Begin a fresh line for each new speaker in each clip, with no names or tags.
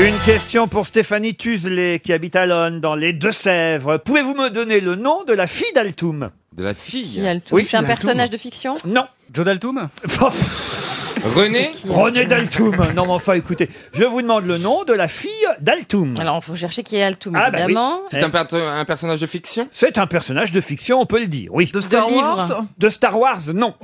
Une question pour Stéphanie Tuzelet, qui habite à Lonne, dans les Deux-Sèvres. Pouvez-vous me donner le nom de la fille d'Altoum
De la fille
Oui.
c'est un personnage de fiction
Non.
Joe Daltoum
René
René Daltoum. Non, mais enfin, écoutez, je vous demande le nom de la fille d'Altoum.
Alors, il faut chercher qui est Altoum,
Ah, bah oui.
évidemment.
C'est un, per- un personnage de fiction
C'est un personnage de fiction, on peut le dire, oui.
De livres.
De Star Wars, non.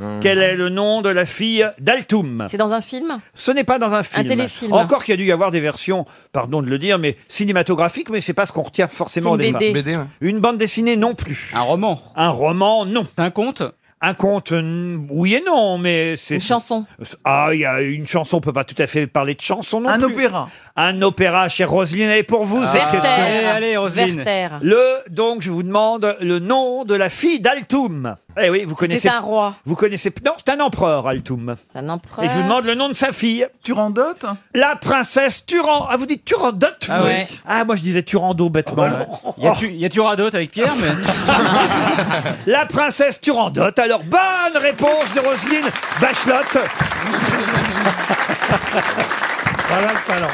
Ah.
Quel est le nom de la fille d'Altoum
C'est dans un film
Ah. Ce n'est pas dans un film.
téléfilm.
Encore qu'il y a dû y avoir des versions, pardon de le dire, mais cinématographiques, mais c'est pas ce qu'on retient forcément au
C'est une
départ.
BD.
BD, ouais.
Une bande dessinée non plus.
Un roman
Un roman, non.
C'est un conte
Un conte, n- oui et non, mais c'est...
Une chanson
Ah, il y a une chanson, on peut pas tout à fait parler de chanson non
Un
plus.
opéra.
Un opéra, chère Roselyne, et pour vous, cette
Werther.
question.
Allez, allez, Roselyne.
Werther.
Le, donc, je vous demande le nom de la fille d'Altoum. Eh oui, vous connaissez...
C'était un roi.
Vous connaissez... Non, c'est un empereur, Altoum.
C'est un empereur.
Et je vous demande Oh, le nom de sa fille.
Turandot
La princesse Turand. Ah, vous dites Turandotte
Ah
vous
ouais.
Ah, moi je disais Turando bêtement.
Il y a,
Oh.
tu, y a Turandot avec Pierre, mais
La princesse Turandotte. Alors, bonne réponse de Roselyne Bachelotte. voilà le talent.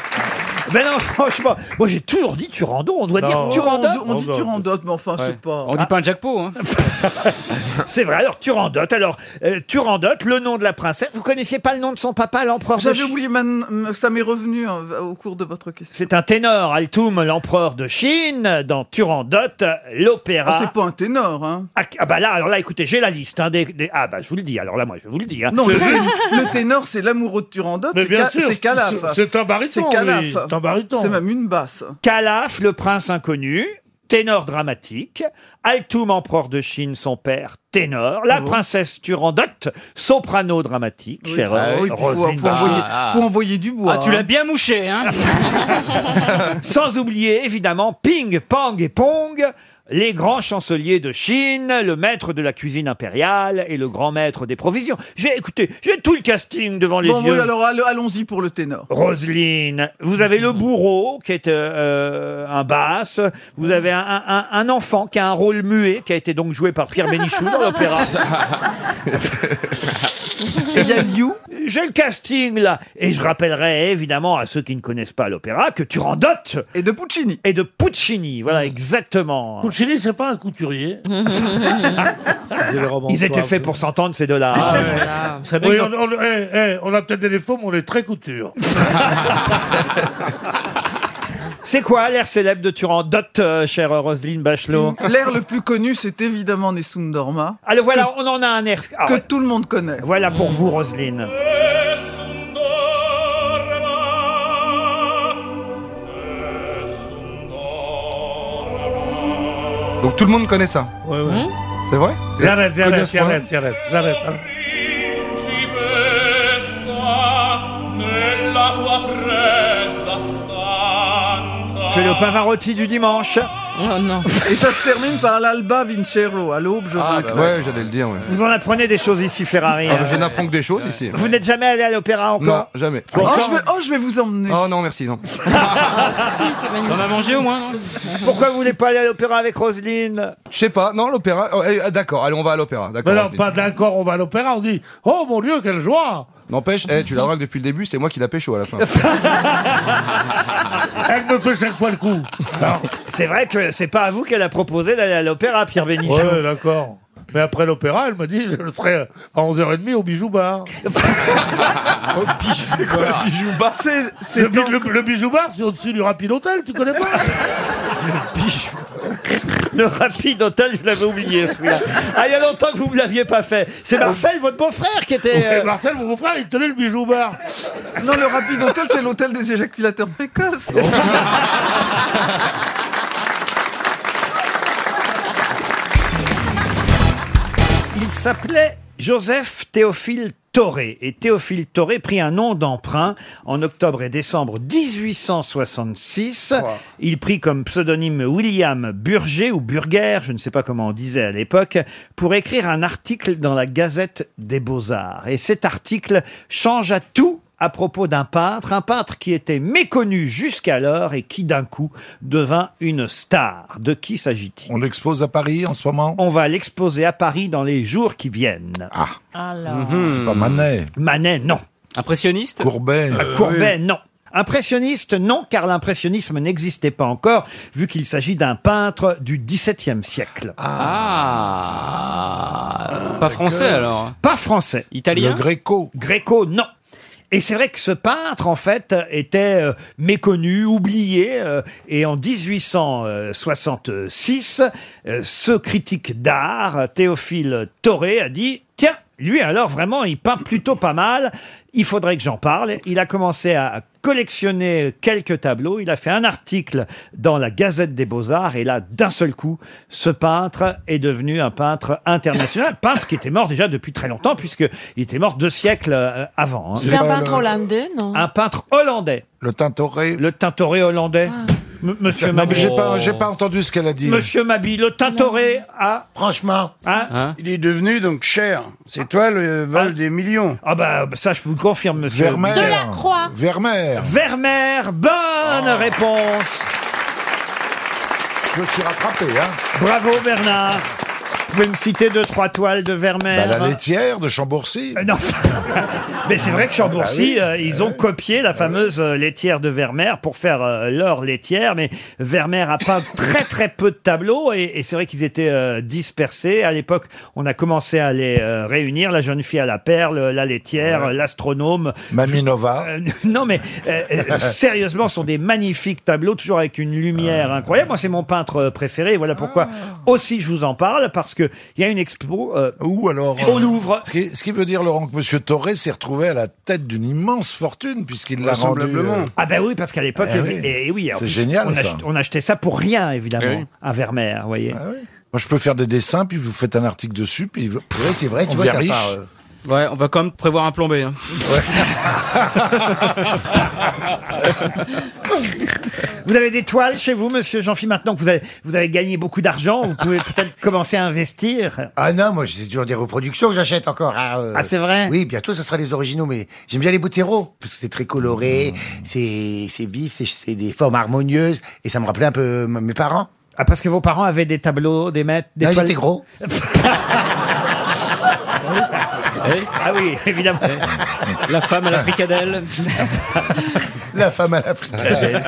Mais non, franchement, moi j'ai toujours dit Turando, on doit dire Turandotte.
On dit Turandot, mais enfin, c'est pas. Ah,
on dit pas un jackpot. Hein.
C'est vrai, alors Turandotte. Alors, euh, Turandotte, le nom de la princesse. Vous connaissiez pas le nom de son papa, l'empereur de
J'avais
Chine
oublié, man- ça m'est revenu euh, au cours de votre question.
C'est un ténor, Altoum, l'empereur de Chine, dans Turandote, l'opéra.
Ah, c'est pas un ténor, hein
Ah, ah bah là, alors là, écoutez, j'ai la liste. hein, des, des- Ah bah je vous le dis, alors là, moi je vous le dis. hein.
Non, le, le ténor, c'est l'amoureux de Turandot,
Mais
c'est
bien
ca-
sûr,
c'est Calaf.
c'est- c'est un baryton.
C'est Calaf.
lui, C'est un baryton.
C'est même une basse.
Calaf, le prince inconnu, ténor dramatique. Altoum, empereur de Chine, son père, ténor. La princesse Turandot, soprano dramatique. chère
ça,
ah oui,
Ah oui, puis faut,
Roselyne
faut
Bachelot.
envoyer,
Ah, ah.
faut envoyer du bois.
Ah, tu l'as
hein.
bien mouché, hein
Sans oublier, évidemment, Ping, Pang et Pong. Les grands chanceliers de Chine, le maître de la cuisine impériale et le grand maître des provisions. J'ai écouté, j'ai tout le casting devant Oh, les
Bon,
yeux.
oui, alors allo- allons-y pour le ténor.
Roselyne, vous avez le bourreau qui est euh, euh, un basse, vous avez un, un- un enfant qui a un rôle muet qui a été donc joué par Pierre Bénichou dans l'opéra.
Et il y a Liu.
J'ai le casting là et je rappellerai évidemment à ceux qui ne connaissent pas l'opéra que Turandot
et de Puccini. Mm.
est de Puccini, voilà exactement.
Puccini, c'est pas un couturier.
Ah,
Ils étaient faits pour s'entendre ces
Ah,
deux-là. hein.
Très bien.
Oui, on, on- eh, eh, on a peut-être des défauts, mais on est très couture. Ah
C'est quoi l'air célèbre de Turandot, euh, chère Roselyne Bachelot
L'air le plus connu, c'est évidemment Nessun Dorma,
Allez Ah, voilà, on en a un air. Ah,
que tout le monde connaît.
voilà pour vous Roselyne.
Donc tout le monde connaît ça.
Ouais, ouais.
C'est vrai
J'arrête,
Connais
j'arrête,
ce point. Ah,
j'arrête, j'arrête, j'arrête. hein.
C'est le Pavarotti du dimanche.
Oh non.
Et ça se termine par l'Alba Vincero, à l'aube, je
Ah,
vaincrai.
bah ouais, j'allais le dire. ouais.
Vous en apprenez des choses ici, Ferrari.
Ah, bah,
hein.
je n'apprends que des choses ici.
Vous n'êtes jamais allé à l'opéra
Non,
encore
jamais.
oh, je vais, oh, je vais vous emmener.
Oh non, merci, non.
Si, c'est magnifique.
T'en as mangé au moins, non
Pourquoi vous voulez pas aller à l'opéra avec Roselyne
Je sais pas, non, l'opéra. oh, eh, ah, d'accord, allez, on va à l'opéra.
Mais
D'accord.
non,
Roselyne.
pas d'accord, on va à l'opéra, on dit Oh mon Dieu, quelle joie
N'empêche, eh, tu la dragues depuis le début, c'est moi qui la pécho à la fin.
Elle me fait chaque fois le coup.
C'est vrai que c'est pas à vous qu'elle a proposé d'aller à l'opéra, Pierre Bénichou.
Ouais, d'accord. Mais après l'opéra, elle me dit Je serai euh, à 11h30 au bijou bar.
Ah,
C'est c'est
Le, bi-
dans-
le- le bijou bar, c'est au-dessus du rapide hôtel, tu connais pas
Le rapide hôtel, je l'avais oublié celui-là. Ah, il y a longtemps que vous me l'aviez pas fait. C'est
Ah.
Marcel, votre beau-frère, qui était.
Et
euh,
Marcel, mon frère, il tenait le bijou bar.
non, le rapide hôtel, c'est l'hôtel des éjaculateurs précoces.
Il s'appelait Joseph Théophile Toré. Et Théophile Toré prit un nom d'emprunt en octobre et décembre 1866. Il prit comme pseudonyme William Burger ou Burger, je ne sais pas comment on disait à l'époque, pour écrire un article dans la Gazette des Beaux-Arts. Et cet article changea tout à propos d'un peintre, un peintre qui était méconnu jusqu'alors et qui d'un coup devint une star. De qui s'agit-il
On l'expose à Paris en ce moment Ah.
on va l'exposer à Paris dans les jours qui viennent.
Alors.
Mhm.
C'est pas Manet,
Manet, non. Euh,
Impressionniste
Courbet. Euh,
Courbet, non. Impressionniste, non, car l'impressionnisme n'existait pas encore, vu qu'il s'agit d'un peintre du XVIIe siècle.
Ah Pas français alors
Pas français.
Italien
Le gréco.
Gréco, non. Et c'est vrai que ce peintre, en fait, était euh, méconnu, oublié. euh, et en 1866, euh, ce critique d'art, Théophile Toré, a dit Tiens, lui, alors vraiment, il peint plutôt pas mal. Il faudrait que j'en parle. Il a commencé à collectionner quelques tableaux. Il a fait un article dans la Gazette des Beaux-Arts. Et là, d'un seul coup, ce peintre est devenu un peintre international. peintre qui était mort déjà depuis très longtemps, puisqu'il était mort deux siècles euh, avant. hein.
C'est pas le-
hollandais, non
Un peintre hollandais.
Le Tintoret.
Le Tintoret hollandais. M- Monsieur
Non, mais
Mabi.
j'ai pas, j'ai pas entendu ce qu'elle a dit.
Monsieur Mabi, le Tintoret a...
Franchement,
hein
Hein
il est devenu donc cher. C'est toi le vol
Ah.
des millions.
ah bah ça je vous le confirme monsieur.
Vermeer.
De la Croix.
Vermeer.
Vermeer, bonne réponse.
Ah. Je me suis rattrapé, hein.
Bravo Bernard. Vous pouvez me citer deux, trois toiles de
Bah,
Vermeer.
la laitière de Chambourcy.
Euh, non. Mais c'est vrai que Chambourcy,
Ah oui. Ah
euh, ils ont copié la fameuse euh, laitière de Vermeer pour faire euh, leur laitière. Mais Vermeer a peint très très peu de tableaux et, et c'est vrai qu'ils étaient euh, dispersés. À l'époque, on a commencé à les euh, réunir. La jeune fille à la perle, la laitière, euh, l'astronome.
Maminova.
Euh, non mais euh, euh, sérieusement, ce sont des magnifiques tableaux, toujours avec une lumière
Ah.
incroyable. Moi, c'est mon peintre euh, préféré. Voilà pourquoi aussi je vous en parle parce que il y a une expo euh,
Ou alors.
au
euh,
Louvre.
Ce qui, ce qui veut dire, Laurent, que Monsieur Torré s'est retrouvé à la tête d'une immense fortune, puisqu'il l'a rendu...
Vraisemblablement.
euh,
Ah ben oui, parce qu'à l'époque, il
Eh
y avait-
oui.
et oui, en
C'est
plus,
génial,
On,
ça.
ach- on achetait ça pour rien, évidemment,
Eh oui.
à Vermeer, vous voyez.
ah oui. Moi, je peux faire des dessins, puis vous faites un article dessus, puis...
Oui, c'est vrai,
On devient riche.
euh,
Ouais, on va quand même prévoir un plombé. hein.
Vous avez des toiles chez vous, monsieur Jean-Philippe, maintenant que vous avez, vous avez gagné beaucoup d'argent, vous pouvez peut-être commencer à investir.
Ah non, moi j'ai toujours des reproductions que j'achète encore. hein, euh.
Ah, c'est vrai
Oui, bientôt ce sera les originaux, mais j'aime bien les boutéros, parce que c'est très coloré,
Mmh.
c'est c'est vif, c'est- c'est des formes harmonieuses, et ça me rappelait un peu m- mes parents.
Ah, parce que vos parents avaient des tableaux, des maîtres, des
Là,
toiles.
j'étais gros.
Eh
Ah oui, évidemment.
La femme à la fricadelle.
Ah
La femme à l'africaine.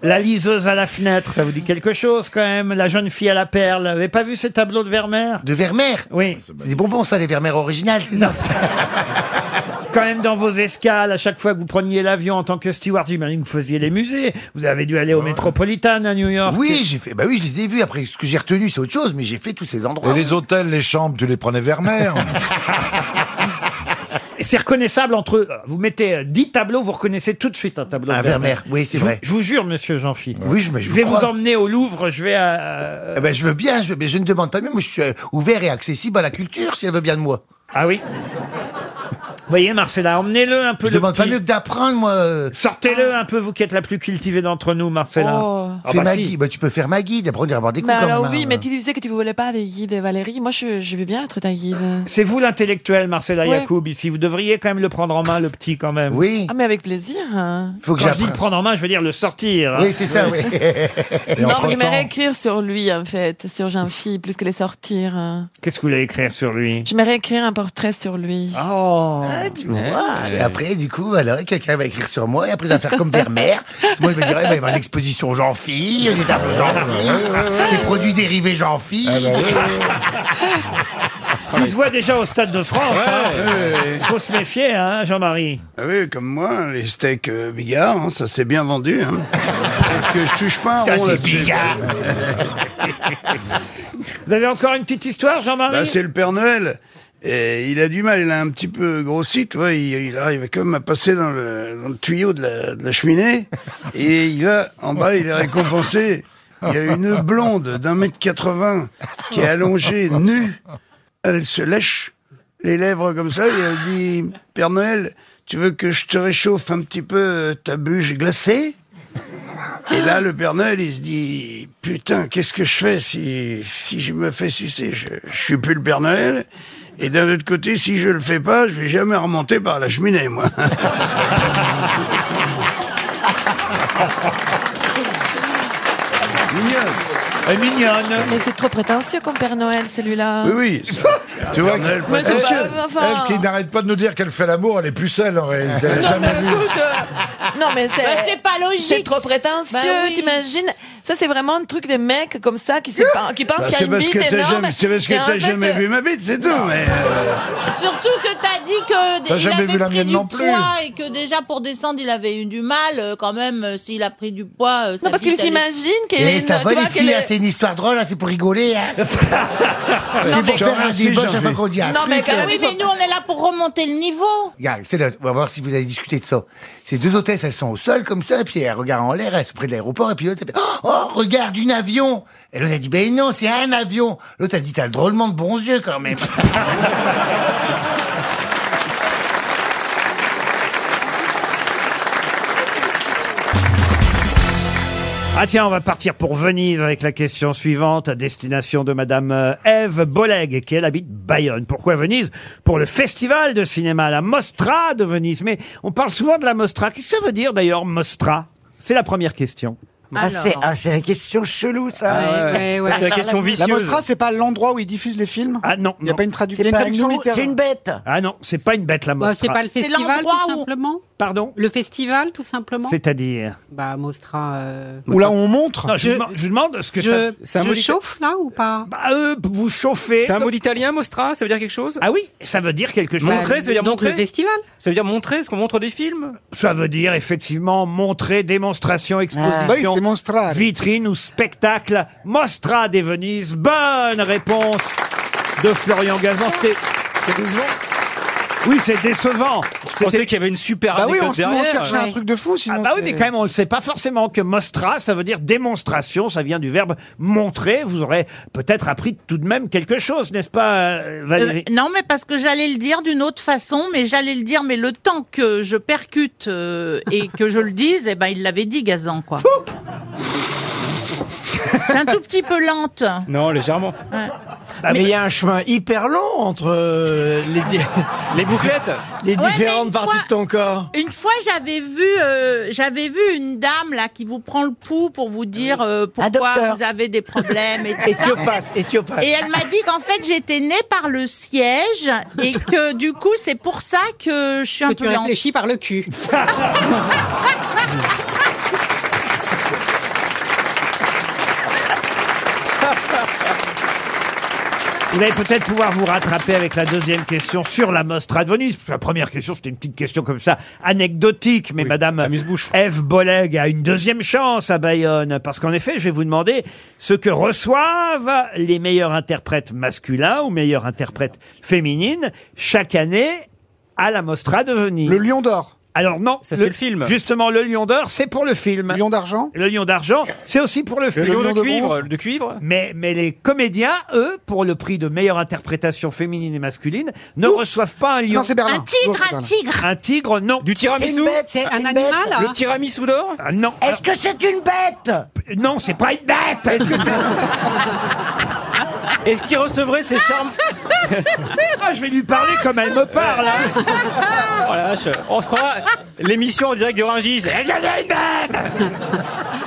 La liseuse à la fenêtre, ça vous dit quelque chose quand même. La jeune fille à la perle. Vous n'avez pas vu ces tableaux de Vermeer
De Vermeer. Ah,
Oui.
C'est des bonbons, ça, les Vermeer originales, c'est ça
Quand même dans vos escales, à chaque fois que vous preniez l'avion en tant que steward, j'imagine que vous faisiez les musées. Vous avez dû aller au Metropolitan à New York.
Oui, j'ai fait. Bah oui, je les ai vus. Après, ce que j'ai retenu, c'est autre chose, mais j'ai fait tous ces endroits.
Et les hôtels, les chambres, tu les prenais Vermeer.
Et C'est reconnaissable entre eux. Vous mettez euh, 10 tableaux, vous reconnaissez tout de suite un tableau.
Un
de Vermeer.
Vermeer, oui, c'est
Je vous-
vrai.
Je vous jure, monsieur Jean-Phi.
Oui, je, mais je
Je vais vous
crois.
emmener au Louvre, je vais à... euh,
Eh ben, je veux bien, je, mais je ne demande pas mieux. Moi, je suis euh, ouvert et accessible à la culture, si elle veut bien de moi.
Ah oui Vous voyez, Marcella, emmenez-le un peu.
Je
le
demande
petit.
pas mieux que d'apprendre, moi. euh,
Sortez-le un peu, vous qui êtes la plus cultivée d'entre nous, Marcella.
Oh.
Ah
fais
bah
ma
si.
guide. Bah, tu peux faire ma guide, apprendre à avoir des coups
Mais
quand
Bah, alors
même,
oui,
hein.
mais tu disais que tu voulais pas des guides, Valérie. Moi, je, je veux bien être ta guide.
C'est vous l'intellectuel, Marcella
Ouais.
Yacoub, ici. Vous devriez quand même le prendre en main, le petit, quand même.
Oui,
Ah, mais avec plaisir. hein.
faut que
Quand je dis le
j'apprenne.
prendre en main, je veux dire le sortir. hein.
Oui, c'est ça, oui.
Et
Non,
entre-temps-
j'aimerais écrire sur lui, en fait, sur Jean-Philippe, plus que les sortir. hein.
Qu'est-ce que vous voulez écrire sur lui
J'aimerais écrire un portrait sur lui.
Oh
Et après, du coup, voilà, quelqu'un va écrire sur moi, et après, il va faire comme Vermeer. Moi, il va dire, eh ben, il va y avoir l'exposition Jean-Fille, des tableaux Jean-Fille, des produits dérivés Jean-Fille.
Il se voit déjà au Stade de France. hein. Faut se méfier, hein, Jean-Marie.
Ah oui, comme moi, les steaks euh, Bigard, hein, ça s'est bien vendu. Hein. Sauf que je touche pas un rond là-dessus.
Vous avez encore une petite histoire,
Bah,
Jean-Marie
c'est le Père Noël. Et il a du mal, il a un petit peu grossi, tu vois, il, il arrive quand même à passer dans le, dans le tuyau de la, de la cheminée. Et il a, en bas, il est récompensé. Il y a une blonde d'un mètre 80 qui est allongée, nue. Elle se lèche les lèvres comme ça et elle dit Père Noël, tu veux que je te réchauffe un petit peu euh, ta bûche glacée et là, le Père Noël, il se dit Putain, qu'est-ce que je fais si, si je me fais sucer je, je suis plus le Père Noël. Et d'un autre côté, si je le fais pas, je vais jamais remonter par la cheminée, moi. Mignonne.
Elle est mignonne.
Mais c'est trop prétentieux comme Père Noël, celui-là.
Oui, oui. ça-
Tu vois,
Noël,
qu'elle-
Mais c'est
elle,
pas- Bah, enfin-
elle qui n'arrête pas de nous dire qu'elle fait l'amour, elle est plus seule en réalité. Elle a
Non,
jamais
mais
vu.
écoute, euh, non, mais c'est.
c'est pas logique.
C'est trop prétentieux,
Bah oui.
t'imagines Ça, c'est vraiment un truc des mecs comme ça qui, sait pas- qui pensent
Bah,
qu'il y a
c'est
une
parce
bite
que t'as
énorme.
jamais, c'est parce que
mais en
t'as
fait,
jamais
euh,
vu ma bite, c'est tout. Mais euh,
Surtout que t'as dit que d-
T'as
il
jamais
avait
vu la
pris
mienne
du
non plus.
poids et que déjà pour descendre il avait eu du mal euh, quand même euh, s'il a pris du poids. euh, sa
Non, parce
bite,
qu'ils
elle est-
s'imaginent qu'il y a une. tu vois, qu'elle
hein,
est-
une histoire drôle, c'est pour rigoler.
Non, mais-
un dimanche à fin qu'on
Non, mais quand même,
Oui
il faut-
mais nous on est là pour remonter le niveau.
Regarde, euh, c'est là, on va voir si vous avez discuté de ça. Ces deux hôtesses, elles sont au sol comme ça, puis elles regardent en l'air, elles sont près de l'aéroport, et puis l'autre, elle fait « Oh, regarde, une avion !» Et l'autre a dit « Ben non, c'est un avion !» L'autre a dit « T'as drôlement de bons yeux, quand même
Ah tiens, on va partir pour Venise avec la question suivante à destination de Madame euh, Ève Boleg, qui elle habite Bayonne. Pourquoi Venise Pour le festival de cinéma, la Mostra de Venise. Mais on parle souvent de la Mostra. Qu'est-ce que ça veut dire d'ailleurs, Mostra C'est la première question.
c'est
une question chelou,
Ah
Ah,
ça
Ouais, ouais, ouais.
C'est la question vicieuse.
c'est pas l'endroit où ils diffusent les films
Ah non, non.
une traduction. Il y a une traduction littérale.
bête
Ah non, c'est pas une bête la
Bah,
Mostra.
c'est pas
Ah,
le festival
l'endroit
tout
où-
simplement.
Pardon
Le festival tout simplement.
C'est-à-dire
Bah Mostra. euh,
Où là, on montre
Non, je,
Je-
vous demande- je vous demande ce que
Je,
ça...
c'est un
je
mot-
chauffe là ou pas
Bah, euh, vous chauffez.
C'est un mot d'italien, Mostra Ça veut dire quelque chose
Ah oui, ça veut dire quelque chose.
Bah, Montrer, ça veut dire
Donc
montrer
le festival.
Ça veut dire montrer Est-ce qu'on montre des films
Ça veut dire effectivement montrer, démonstration,
Ah.
exposition, vitrine ou spectacle. Mostra des Venise. Bonne réponse de Florian Gazan. C'était- C'est décevant Oui, c'est décevant.
Je pensais qu'il y avait une super
Bah
anecdote derrière.
un truc de fou, sinon.
Ah bah oui, mais quand même, on ne sait pas forcément que mostra, ça veut dire démonstration, ça vient du verbe montrer. Vous aurez peut-être appris tout de même quelque chose, n'est-ce pas, euh, Valérie
Euh, non, mais parce que j'allais le dire d'une autre façon, mais j'allais le dire, mais le temps que je percute euh, et que je le dise, eh ben, il l'avait dit, Gazan, quoi. C'est un tout petit peu lente.
Non, légèrement.
Ah,
Mais il y a un chemin hyper long entre euh, les, di-
Les bouclettes
les
mais
différentes
une
parties
fois-
de ton corps.
Une fois, j'avais vu, euh, j'avais vu une dame là qui vous prend le pouls pour vous
Ah
dire euh, pourquoi
docteur.
vous avez des problèmes et tout ça.
Éthiopathe, éthiopathe.
Et elle m'a dit qu'en fait j'étais née par le siège et que du coup c'est pour ça que je suis un peu lente.
par le cul.
Vous allez peut-être pouvoir vous rattraper avec la deuxième question sur la Mostra de Venise. Parce que La première question, c'était une petite question comme ça, anecdotique, mais madame
amuse-bouche.
Eve Boleg a une deuxième chance à Bayonne. Parce qu'en effet, je vais vous demander ce que reçoivent les meilleurs interprètes masculins ou meilleures interprètes féminines chaque année à la Mostra de Venise.
Lion d'or,
Alors non,
Ça, c'est le film.
Justement, le Lion d'Or, c'est pour le film.
d'argent.
Le Lion d'Argent, c'est aussi pour le
Le
film.
lion
lion
de
de
cuivre De cuivre
Mais, mais les comédiens, eux, pour le prix de meilleure interprétation féminine et masculine, ne reçoivent pas un lion.
Un tigre, un tigre.
un tigre, non.
Du tiramisu
C'est un animal. hein
Le tiramisu d'or
Ah, non,
Ah, Est-ce que c'est une bête
Alors, non, c'est pas une bête.
Est-ce que c'est. Est-ce qu'il recevrait ses charmes
Ah, je vais lui parler comme elle me parle. hein.
Oh la vache, on se croit l'émission en direct de Rungis.
ben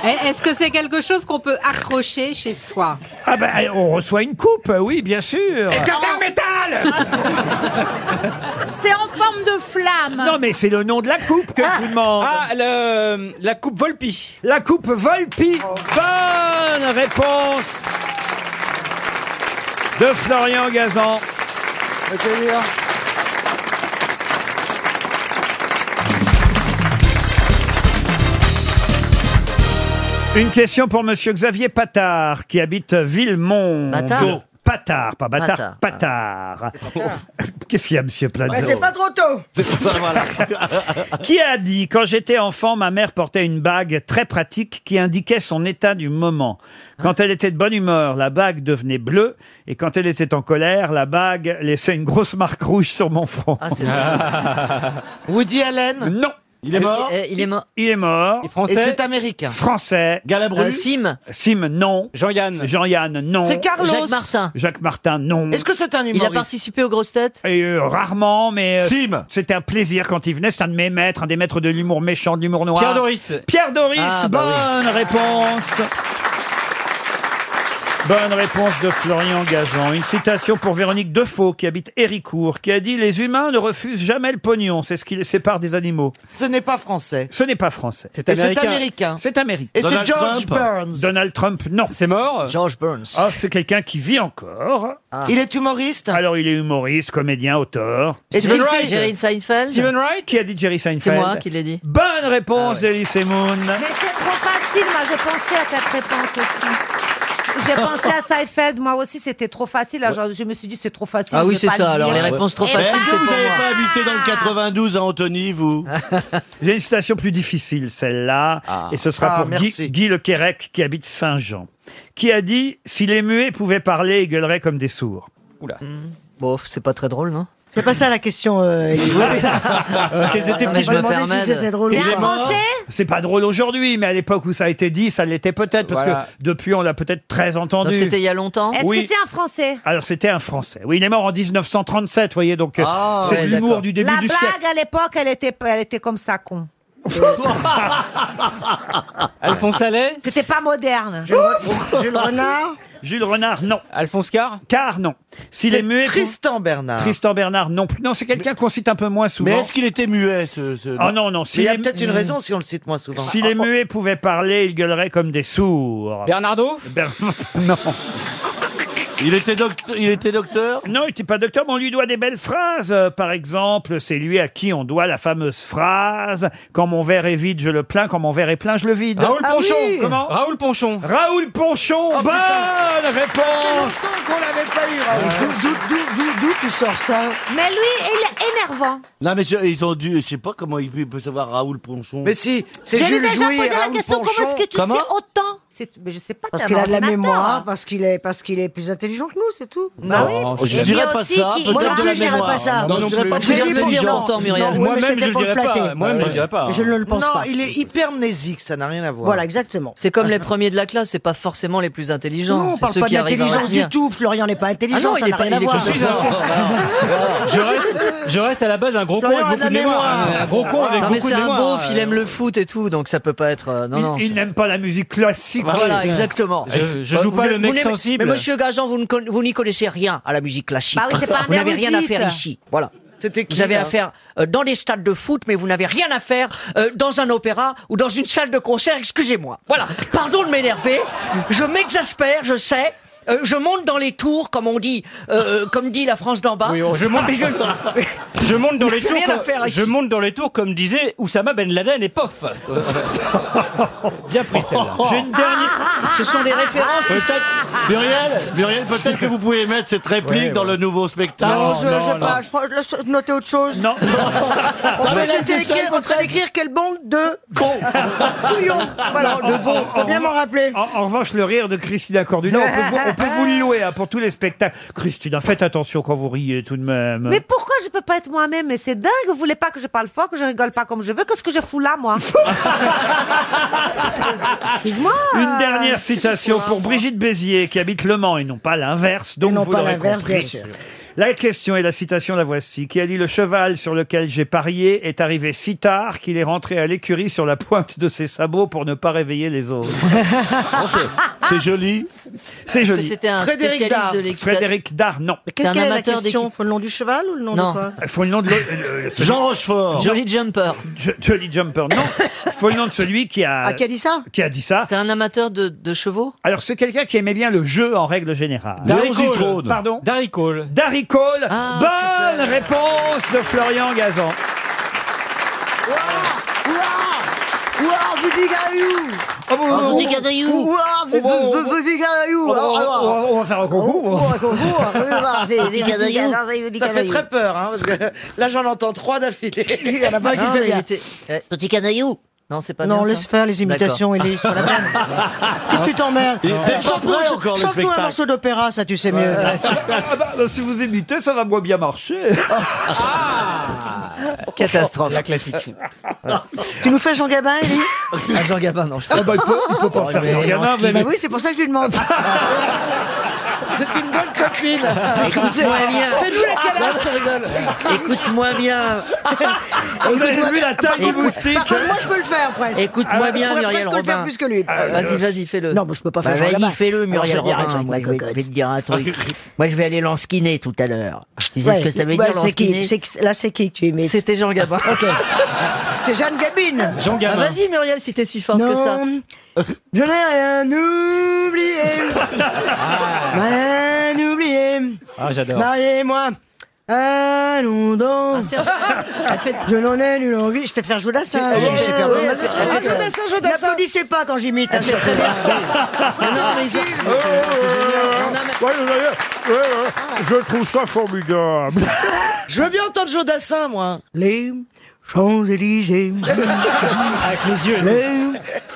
Eh, Est-ce que c'est quelque chose qu'on peut accrocher chez soi
Ah ben, on reçoit une coupe, oui, bien sûr.
C'est en forme de flamme.
Non, mais c'est le nom de la coupe que je vous demande.
Ah, le- la coupe Volpi.
La coupe Volpi. Bonne réponse de Florian Gazan. Une question pour Monsieur Xavier Patard, qui habite Villemont.
Patard
Oh, Patard, pas Patard,
Patard.
Patard. Qu'est-ce qu'il y a, Monsieur
Ah,
Plaza
trop tôt
qui a dit Quand j'étais enfant, ma mère portait une bague très pratique qui indiquait son état du moment. Quand elle était de bonne humeur, la bague devenait bleue, et quand elle était en colère, la bague laissait une grosse marque rouge sur mon front.
Ah,
Woody Allen
Non,
Il est mort
Euh, il est mort.
il est mort.
Et
Et
français
c'est américain.
Français.
Galabru
Euh, Sim.
Sim, non.
Jean-Yann.
Jean-Yann, non.
C'est Carlos
Jacques Martin, non.
Est-ce que c'est un humoriste
participé aux grosses têtes
Et euh, rarement, mais euh,
Sim.
c'était un plaisir quand il venait. C'est un de mes maîtres, un des maîtres de l'humour méchant, de l'humour noir.
bah
Pierre Doris.
Pierre Doris,
Ah, bah
bonne réponse Bonne réponse de Florian Gazan. Une citation pour Véronique Defoe, qui habite Héricourt, qui a dit Les humains ne refusent jamais le pognon, c'est ce qui les sépare des animaux. Ce n'est pas français. Ce n'est pas français. C'est
Et c'est américain.
C'est américain.
Et c'est George Burns.
Donald Trump, non. C'est mort George Burns. Ah, c'est quelqu'un qui vit
Ah.
encore.
Ah.
Il
est humoriste Ah. Alors, il est humoriste, comédien, auteur.
Est-ce qu'il fait Jerry Seinfeld
Wright Qui a dit Jerry Seinfeld
C'est moi qui l'ai dit. Ah
Bonne réponse d'Elie Semoun.
C'était trop facile, moi je pensais à cette réponse aussi. J'ai pensé à Seinfeld, moi aussi c'était trop facile. Alors, je, je me suis dit c'est trop facile.
Ah oui,
je vais
c'est
pas
ça.
le
Alors,
dire.
les réponses trop
Eh
faciles,
ben,
c'est
vous
pour
avez
moi.
pas
habité dans le 92 à Antony, vous
Ah. J'ai une citation plus difficile, celle-là, et ce sera
Ah,
pour Guy,
merci.
Guy Le Quérec, qui habite Saint-Jean, qui a dit « Si les muets pouvaient parler, ils gueuleraient comme des sourds ». Oula.
Bon, c'est pas très drôle, non
Mm. C'est pas ça la question, euh, Elie.
qu'elles étaient
On va
petites, je me
demander si
permets de-
c'était drôle. ou
Il est
pas.
mort. C'est pas drôle aujourd'hui, mais à l'époque où ça a été dit, ça l'était peut-être, parce
Voilà.
que depuis, on l'a peut-être très entendu.
Donc, c'était il y a longtemps
Est-ce
Oui.
que c'est un français
Alors, c'était un Français. Oui, il est mort en 1937, vous voyez, donc euh, c'est
Ah,
de
ouais,
l'humour
d'accord.
du début
La
du
blague
siècle.
à l'époque, elle était, elle était comme ça, con.
Alphonse Allais
C'était pas
Ah,
moderne.
Jules Renard Jules Renard, non. Alphonse Carr Carr, non. S'il est muet. Tristan Bernard. Tristan Bernard, non plus. Non, c'est quelqu'un qu'on cite un peu moins souvent.
Mais est-ce qu'il était muet, ce. ce-
Ah
Oh non, non.
Mais il y a
les-
peut-être
Mm.
une raison si on le cite moins souvent.
Si les muets pouvaient parler, ils gueuleraient comme des sourds.
Bernardo
Ber- Non. Il était, il était docteur Non, il n'était pas docteur, mais on lui doit des belles phrases. Euh, Par exemple, c'est lui à qui on doit la fameuse phrase « Quand mon verre est vide, je le plains. Quand mon verre est plein, je le vide. »
Raoul
Ah
Ponchon
Comment
Raoul Ponchon
Raoul Ah, Ponchon Bonne réponse
qu'on l'avait pas eu,
Euh,
D'où tu sors ça
Mais lui, il est énervant.
Non, mais je- ils ont dû. Je sais pas comment il peut- il peut savoir Raoul Ponchon.
Mais si, c'est
J'ai
Jules
déjà
Jouy
posé
et
la
Raoul
question comment
Ponchon.
est-ce que tu
Comment
sais autant C'est- Mais je sais pas.
Parce
t'as
qu'il
un
a de la
ordinateur.
mémoire, parce qu'il est, parce qu'il est plus intelligent que nous, c'est tout.
Bah oui.
Oh,
Non,
Et puis aussi qu'il-
Ah,
Moi non
voilà.
plus, je dirais pas ça. Je vais le dire pourtant, Muriel.
Moi-même, je le dirais pas. Moi-même, je le dirais pas.
Je ne le pense
non,
pas.
il est hypermnésique, ça n'a rien à voir.
Voilà, exactement.
C'est comme les premiers de la classe, c'est pas forcément les plus intelligents.
Non, on
c'est
parle
ceux
pas
qui arrivent à
d'intelligence du
retenir.
tout. Florian n'est pas intelligent,
Ah non,
ça
il est
n'a
pas-
rien à
il est-
voir.
je suis un-
Ah, Je reste, je reste à la base un gros con avec beaucoup de mémoire. Un gros
Ah,
con avec
non, mais
beaucoup
c'est
de
un
mémoire.
beauf, il aime le foot et tout, donc ça peut pas être. euh, non,
Il-
non.
Il,
c'est-
n'aime pas la musique classique.
Bah Voilà, exactement. Euh,
Je- je joue
Vous
pas
ne-
le mec
vous n'aimez-
sensible.
Mais monsieur Gajan, vous ne con- vous n'y connaissez rien à la musique classique.
Bah oui, c'est pas un
vous n'avez rien à
erudite.
faire ici. Voilà.
C'était qui
Vous avez
là
affaire euh, dans des stades de foot, mais vous n'avez rien à faire euh, dans un opéra ou dans une salle de concert. Excusez-moi. Voilà. Pardon de m'énerver. Je m'exaspère, je sais. Euh, je monte dans les tours, comme on dit, euh, euh, comme dit la France d'en bas.
Oui, oh, je monte-
Mais
Je monte dans
Il
les
n'y a
tours.
rien à
comme-
faire ici.
je monte dans les tours comme disait Oussama Ben Laden et pof. Bien pris celle-là.
J'ai une dernière.
Ce
Ah.
sont des références. qui-
Muriel, Muriel, peut-être que vous pouvez mettre cette réplique
Ouais,
dans le nouveau spectacle.
Non, je, je, pas, je, prends- laisse noter autre chose. Non. On
Bah,
fait
j'étais
j'étais
seul,
écrire- en train d'écrire quelle bande de cons. Couillons. Voilà.
Ah,
Non, de bons.
Faut bien m'en rappeler.
En, en revanche, le rire de Christina Cordula, on peut vous, on peut vous le louer hein, pour tous les spectacles. Christina, faites attention quand vous riez tout de même.
Mais pourquoi je peux pas être moi-même Mais c'est dingue, vous voulez pas que je parle fort, que je rigole pas comme je veux, qu'est-ce que je fous là, moi Excuse-moi
Une dernière citation pour Brigitte Bézier, qui habite Le Mans, et non pas l'inverse, donc
Et non
vous
pas
l'aurez
l'inverse, bien
compris.
sûr.
La question et la citation, la voici, qui a dit « Le cheval sur lequel j'ai parié est arrivé si tard qu'il est rentré à l'écurie sur la pointe de ses sabots pour ne pas réveiller les autres. C'est joli. C'est
Est-ce que
joli.
c'était un Frédéric spécialiste Dard. de l'équitation
Frédéric Dard, non.
Qu'est-ce qu'elle est la question Faut le nom du cheval ou le nom
Non.
de quoi
Il faut le nom de l'autre, euh, celui-
Jean Rochefort. Jolly Jumper.
Jo- Jolly Jumper, non. Il faut le nom de celui qui a.
Ah, qui a dit ça
Qui a dit ça.
C'est un amateur de, de chevaux
Alors, c'est quelqu'un qui aimait bien le jeu en règle générale.
Darry Cole.
Pardon
Darry Cole.
Darry Cole.
Ah,
Bonne réponse de Florian Gazan.
Ouah, vous dites gaillou
Oh, vous-
Ah,
vous-
dites gaillou Ouah, vous-
Oh, bon,
vous- vous dites gaillou
On va- on va- on va- on va faire un concours.
Oh, un concours Ah, oui, bah, c'est-
Ah,
dites gaillou, dites
Ça fait
gaillou.
très peur, hein, parce que là j'en entends trois d'affilée.
Il y en a pas un qui
Non,
fait
mais il
bien.
était- eh, Petit canaillou. Non, c'est pas
Non,
bien,
laisse
ça.
faire les imitations,
D'accord.
il est sur la peine. Qu'est-ce que tu t'emmerdes
Il- c'est pas
Chante-nous
prêt encore, le
chante-nous un
spectacle.
morceau d'opéra, ça tu sais mieux.
Ah, bah, si vous imitez, ça va moins bien marcher.
Oh,
Catastrophe.
La classique.
Tu nous fais Jean Gabin, Elie
Ah, Jean Gabin, non. Je... Oh,
Ah bah, il peut, il peut pas faire Jean Gabin, vous avez-
Bah oui, c'est pour ça que je lui demande.
C'est une bonne coquine.
Écoute-moi bien.
Ah, bah,
Fais-nous la calage, je rigole.
Écoute-moi bien,
Vous avez vu la taille du moustique
Par contre, moi, je peux le faire presque.
Écoute-moi
Je
bien,
pourrais
Muriel
presque le faire
Robin.
plus que lui.
Ah, vas-y, vas-y, fais-le.
Non, moi, je peux pas faire
Bah,
genre là-bas.
Vas-y, fais-le,
Alors,
Muriel
je vais dire un
Robin.
truc,
Moi,
ma
je vais-
cocotte.
je vais te dire un truc. Moi, je vais aller l'enskiner tout à l'heure. Tu sais
Ouais,
ce que ça veut
ouais,
dire,
c'est qui
l'enskiner
C'est que- Là, c'est qui que tu imites C'était Jean Gabin. Ok. C'est Ah, Jeanne Gabine.
Jean Gabin. Bah, vas-y,
Muriel, si t'es si forte
que ça.
Je n'ai rien oublié. rien oublié.
Ah, j'adore.
Mariez-moi. Allons donc. Je n'en ai nulle envie. Je fais faire Jodas. hein.
Ah oui, je sais pas.
Ouais,
Elle fait- elle fait-
Attendez, ça, Jodas. N'applaudissez pas quand j'imite. hein, c'est très bien.
non, mais
Je trouve ça formidable.
Je veux bien entendre Jodassin, moi.
Les Champs-Élysées. Avec les yeux. Les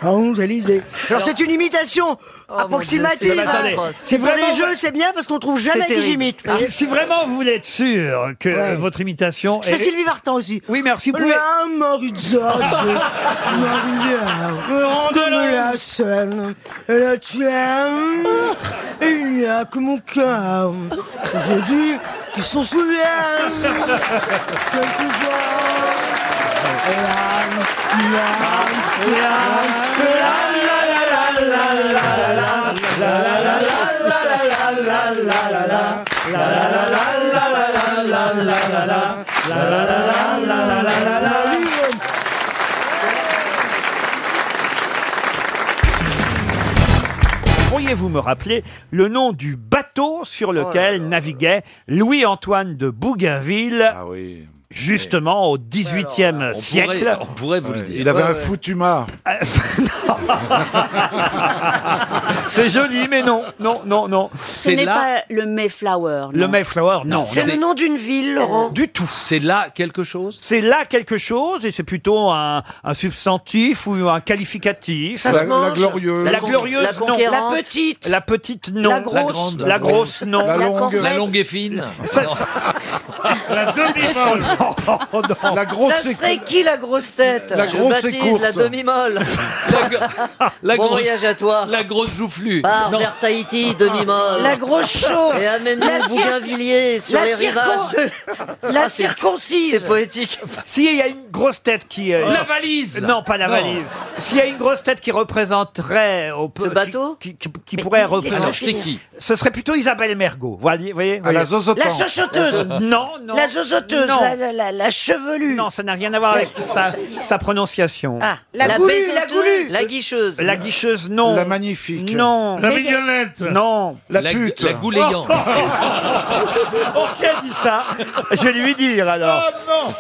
Champs-Élysées. Alors c'est une imitation
Dieu,
approximative.
c'est
hein.
atroce.
C'est pour
Vraiment,
les jeux, c'est bien parce qu'on trouve jamais
C'est
qui
terrible.
j'imite.
Si, si vraiment vous voulez être sûr que euh, votre imitation
Je fais Sylvie Vartan aussi.
Oui, merci. Vous pouvez...
La Maritza, c'est Maria, comme la Seine, et la tienne, et il n'y a que mon cœur. J'ai dit qu'ils s'en souviennent. Quelquefois,
Pourriez-vous me rappeler le nom du bateau
Oh
sur lequel naviguait Louis-Antoine de Bougainville
Ah
Justement au XVIIIe siècle.
Il avait un foutu mât.
C'est joli, mais non, non, non, non.
Ce n'est pas le Mayflower.
Le
non.
Mayflower, non.
C'est le nom d'une ville, Laurent.
Du tout.
C'est là quelque chose
C'est là quelque chose et c'est plutôt un, un substantif ou un qualificatif.
Ça se La- la mange glorieuse.
La,
La con-
glorieuse,
la
non.
conquérante. La
petite. La petite, non.
La grosse.
La,
grande.
la grosse, non.
La La longue. corvette.
La longue et fine.
Ça-
Non.
ça-
La demi-molle.
Oh, non.
Ça serait qui la grosse tête
La
Je
grosse
baptise
est courte.
la demi-molle.
La
bon
grosse-
voyage à toi.
La grosse joufflue.
Pars vers Tahiti, demi-molle.
La grosse chaux.
Et
La
amène-nous
cir-
Bougainvillier sur
la
les
circon-
rivages de...
La
Ah, c'est-
circoncise.
C'est poétique.
Si il y a une grosse tête qui euh,
La valise.
Non, pas la
Non.
valise. S'il y a une grosse tête qui représenterait euh, au ce bateau qui, qui- qui pourrait
laisse-le
représenter
Alors, c'est qui
Ce serait plutôt Isabelle Mergot. Voyez, voyez,
Ah, la
voyez.
zozotan. La
chochoteuse.
La zo- Non, non.
La zozoteuse,
Non.
la, la, la, la chevelue.
Non, ça n'a rien à voir avec sa, sa prononciation.
Ah, la, goulue, la goulue.
La guicheuse.
La guicheuse, non.
La magnifique.
Non.
La mignonnette.
Non.
La La pute. gu- la goulayante.
Oh, oh, oh, qui a dit ça Je vais lui dire alors.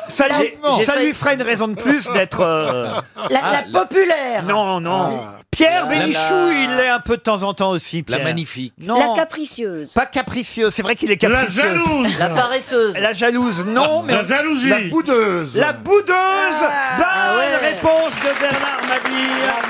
Ça,
La-
j'ai- ça
non. J'ai
lui
failli-
ferait une raison de plus d'être. euh,
La, la populaire.
Non, non. Pierre
Ah. La-
Bénichou,
la-
il l'est un peu de temps en temps aussi.
La
Pierre.
magnifique.
Non.
La capricieuse.
Pas capricieux, c'est vrai qu'il est capricieux.
jalouse.
La paresseuse.
La jalouse, non, mais.
La jalousie.
La boudeuse.
Boudeuse.
La boudeuse
Ah,
Bonne
ouais.
réponse de Bernard Mabille
Ah,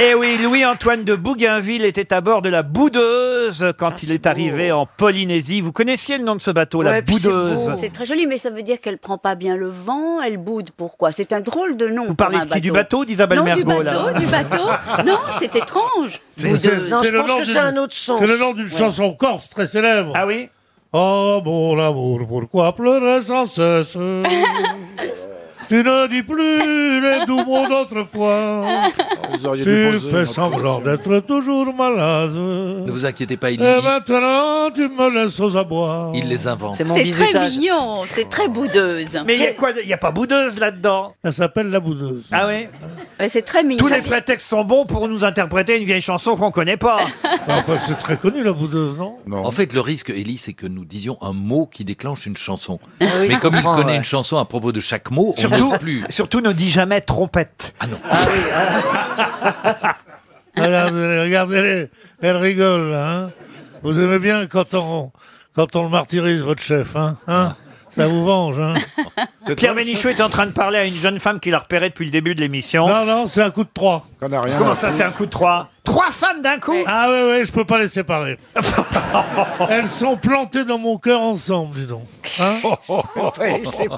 Eh oui, Louis-Antoine de Bougainville était à bord de la boudeuse
Ah,
quand il est arrivé en Polynésie. Vous connaissiez le nom de ce bateau, la
Ouais, puis c'est
boudeuse
beau. C'est très joli, mais ça veut dire qu'elle prend pas bien le vent, elle boude. Pourquoi C'est un drôle de nom. Vous
parlez de qui, du bateau ou d'Isabelle
Non,
Mergo,
du bateau,
là
du bateau. Non, c'est étrange. Boudeuse.
Non, je pense
nom
que
d'une-
c'est un autre sens.
C'est le nom d'une
Ouais.
chanson corse très célèbre.
Ah oui
Oh mon amour, pourquoi pleurer sans cesse Tu ne dis plus les doux mots d'autrefois. Tu fais semblant d'être toujours malade.
Ne vous inquiétez pas, il,
Et maintenant, tu me laisses aux abois.
il les invente.
C'est très mignon, c'est très boudeuse.
Mais il y a quoi Il n'y a pas boudeuse là-dedans
Elle s'appelle la boudeuse.
Ah oui
Ouais, C'est très mignon.
Tous les prétextes sont bons pour nous interpréter une vieille chanson qu'on connaît pas.
Enfin, c'est très connu la boudeuse, non
En fait, le risque, Ellie, c'est que nous disions un mot qui déclenche une chanson.
Ah oui,
Mais
je
comme il
comprends,
connaît
ouais.
une chanson à propos de chaque mot, Oh, on
Surtout-
n'ose plus.
Surtout ne dis jamais trompette.
Ah non.
Regardez-les, regardez-les, elle rigole, hein. Vous aimez bien quand on, quand on le martyrise, votre chef, hein, hein Ça vous venge, hein
Pierre Bénichou est en train de parler à une jeune femme qu'il a repérée depuis le début de l'émission.
Non, non, c'est un coup de trois.
Comment ça, c'est un coup de trois Trois femmes d'un coup
Ah ouais, ouais, je peux pas les séparer. Elles sont plantées dans mon cœur ensemble, dis donc. Hein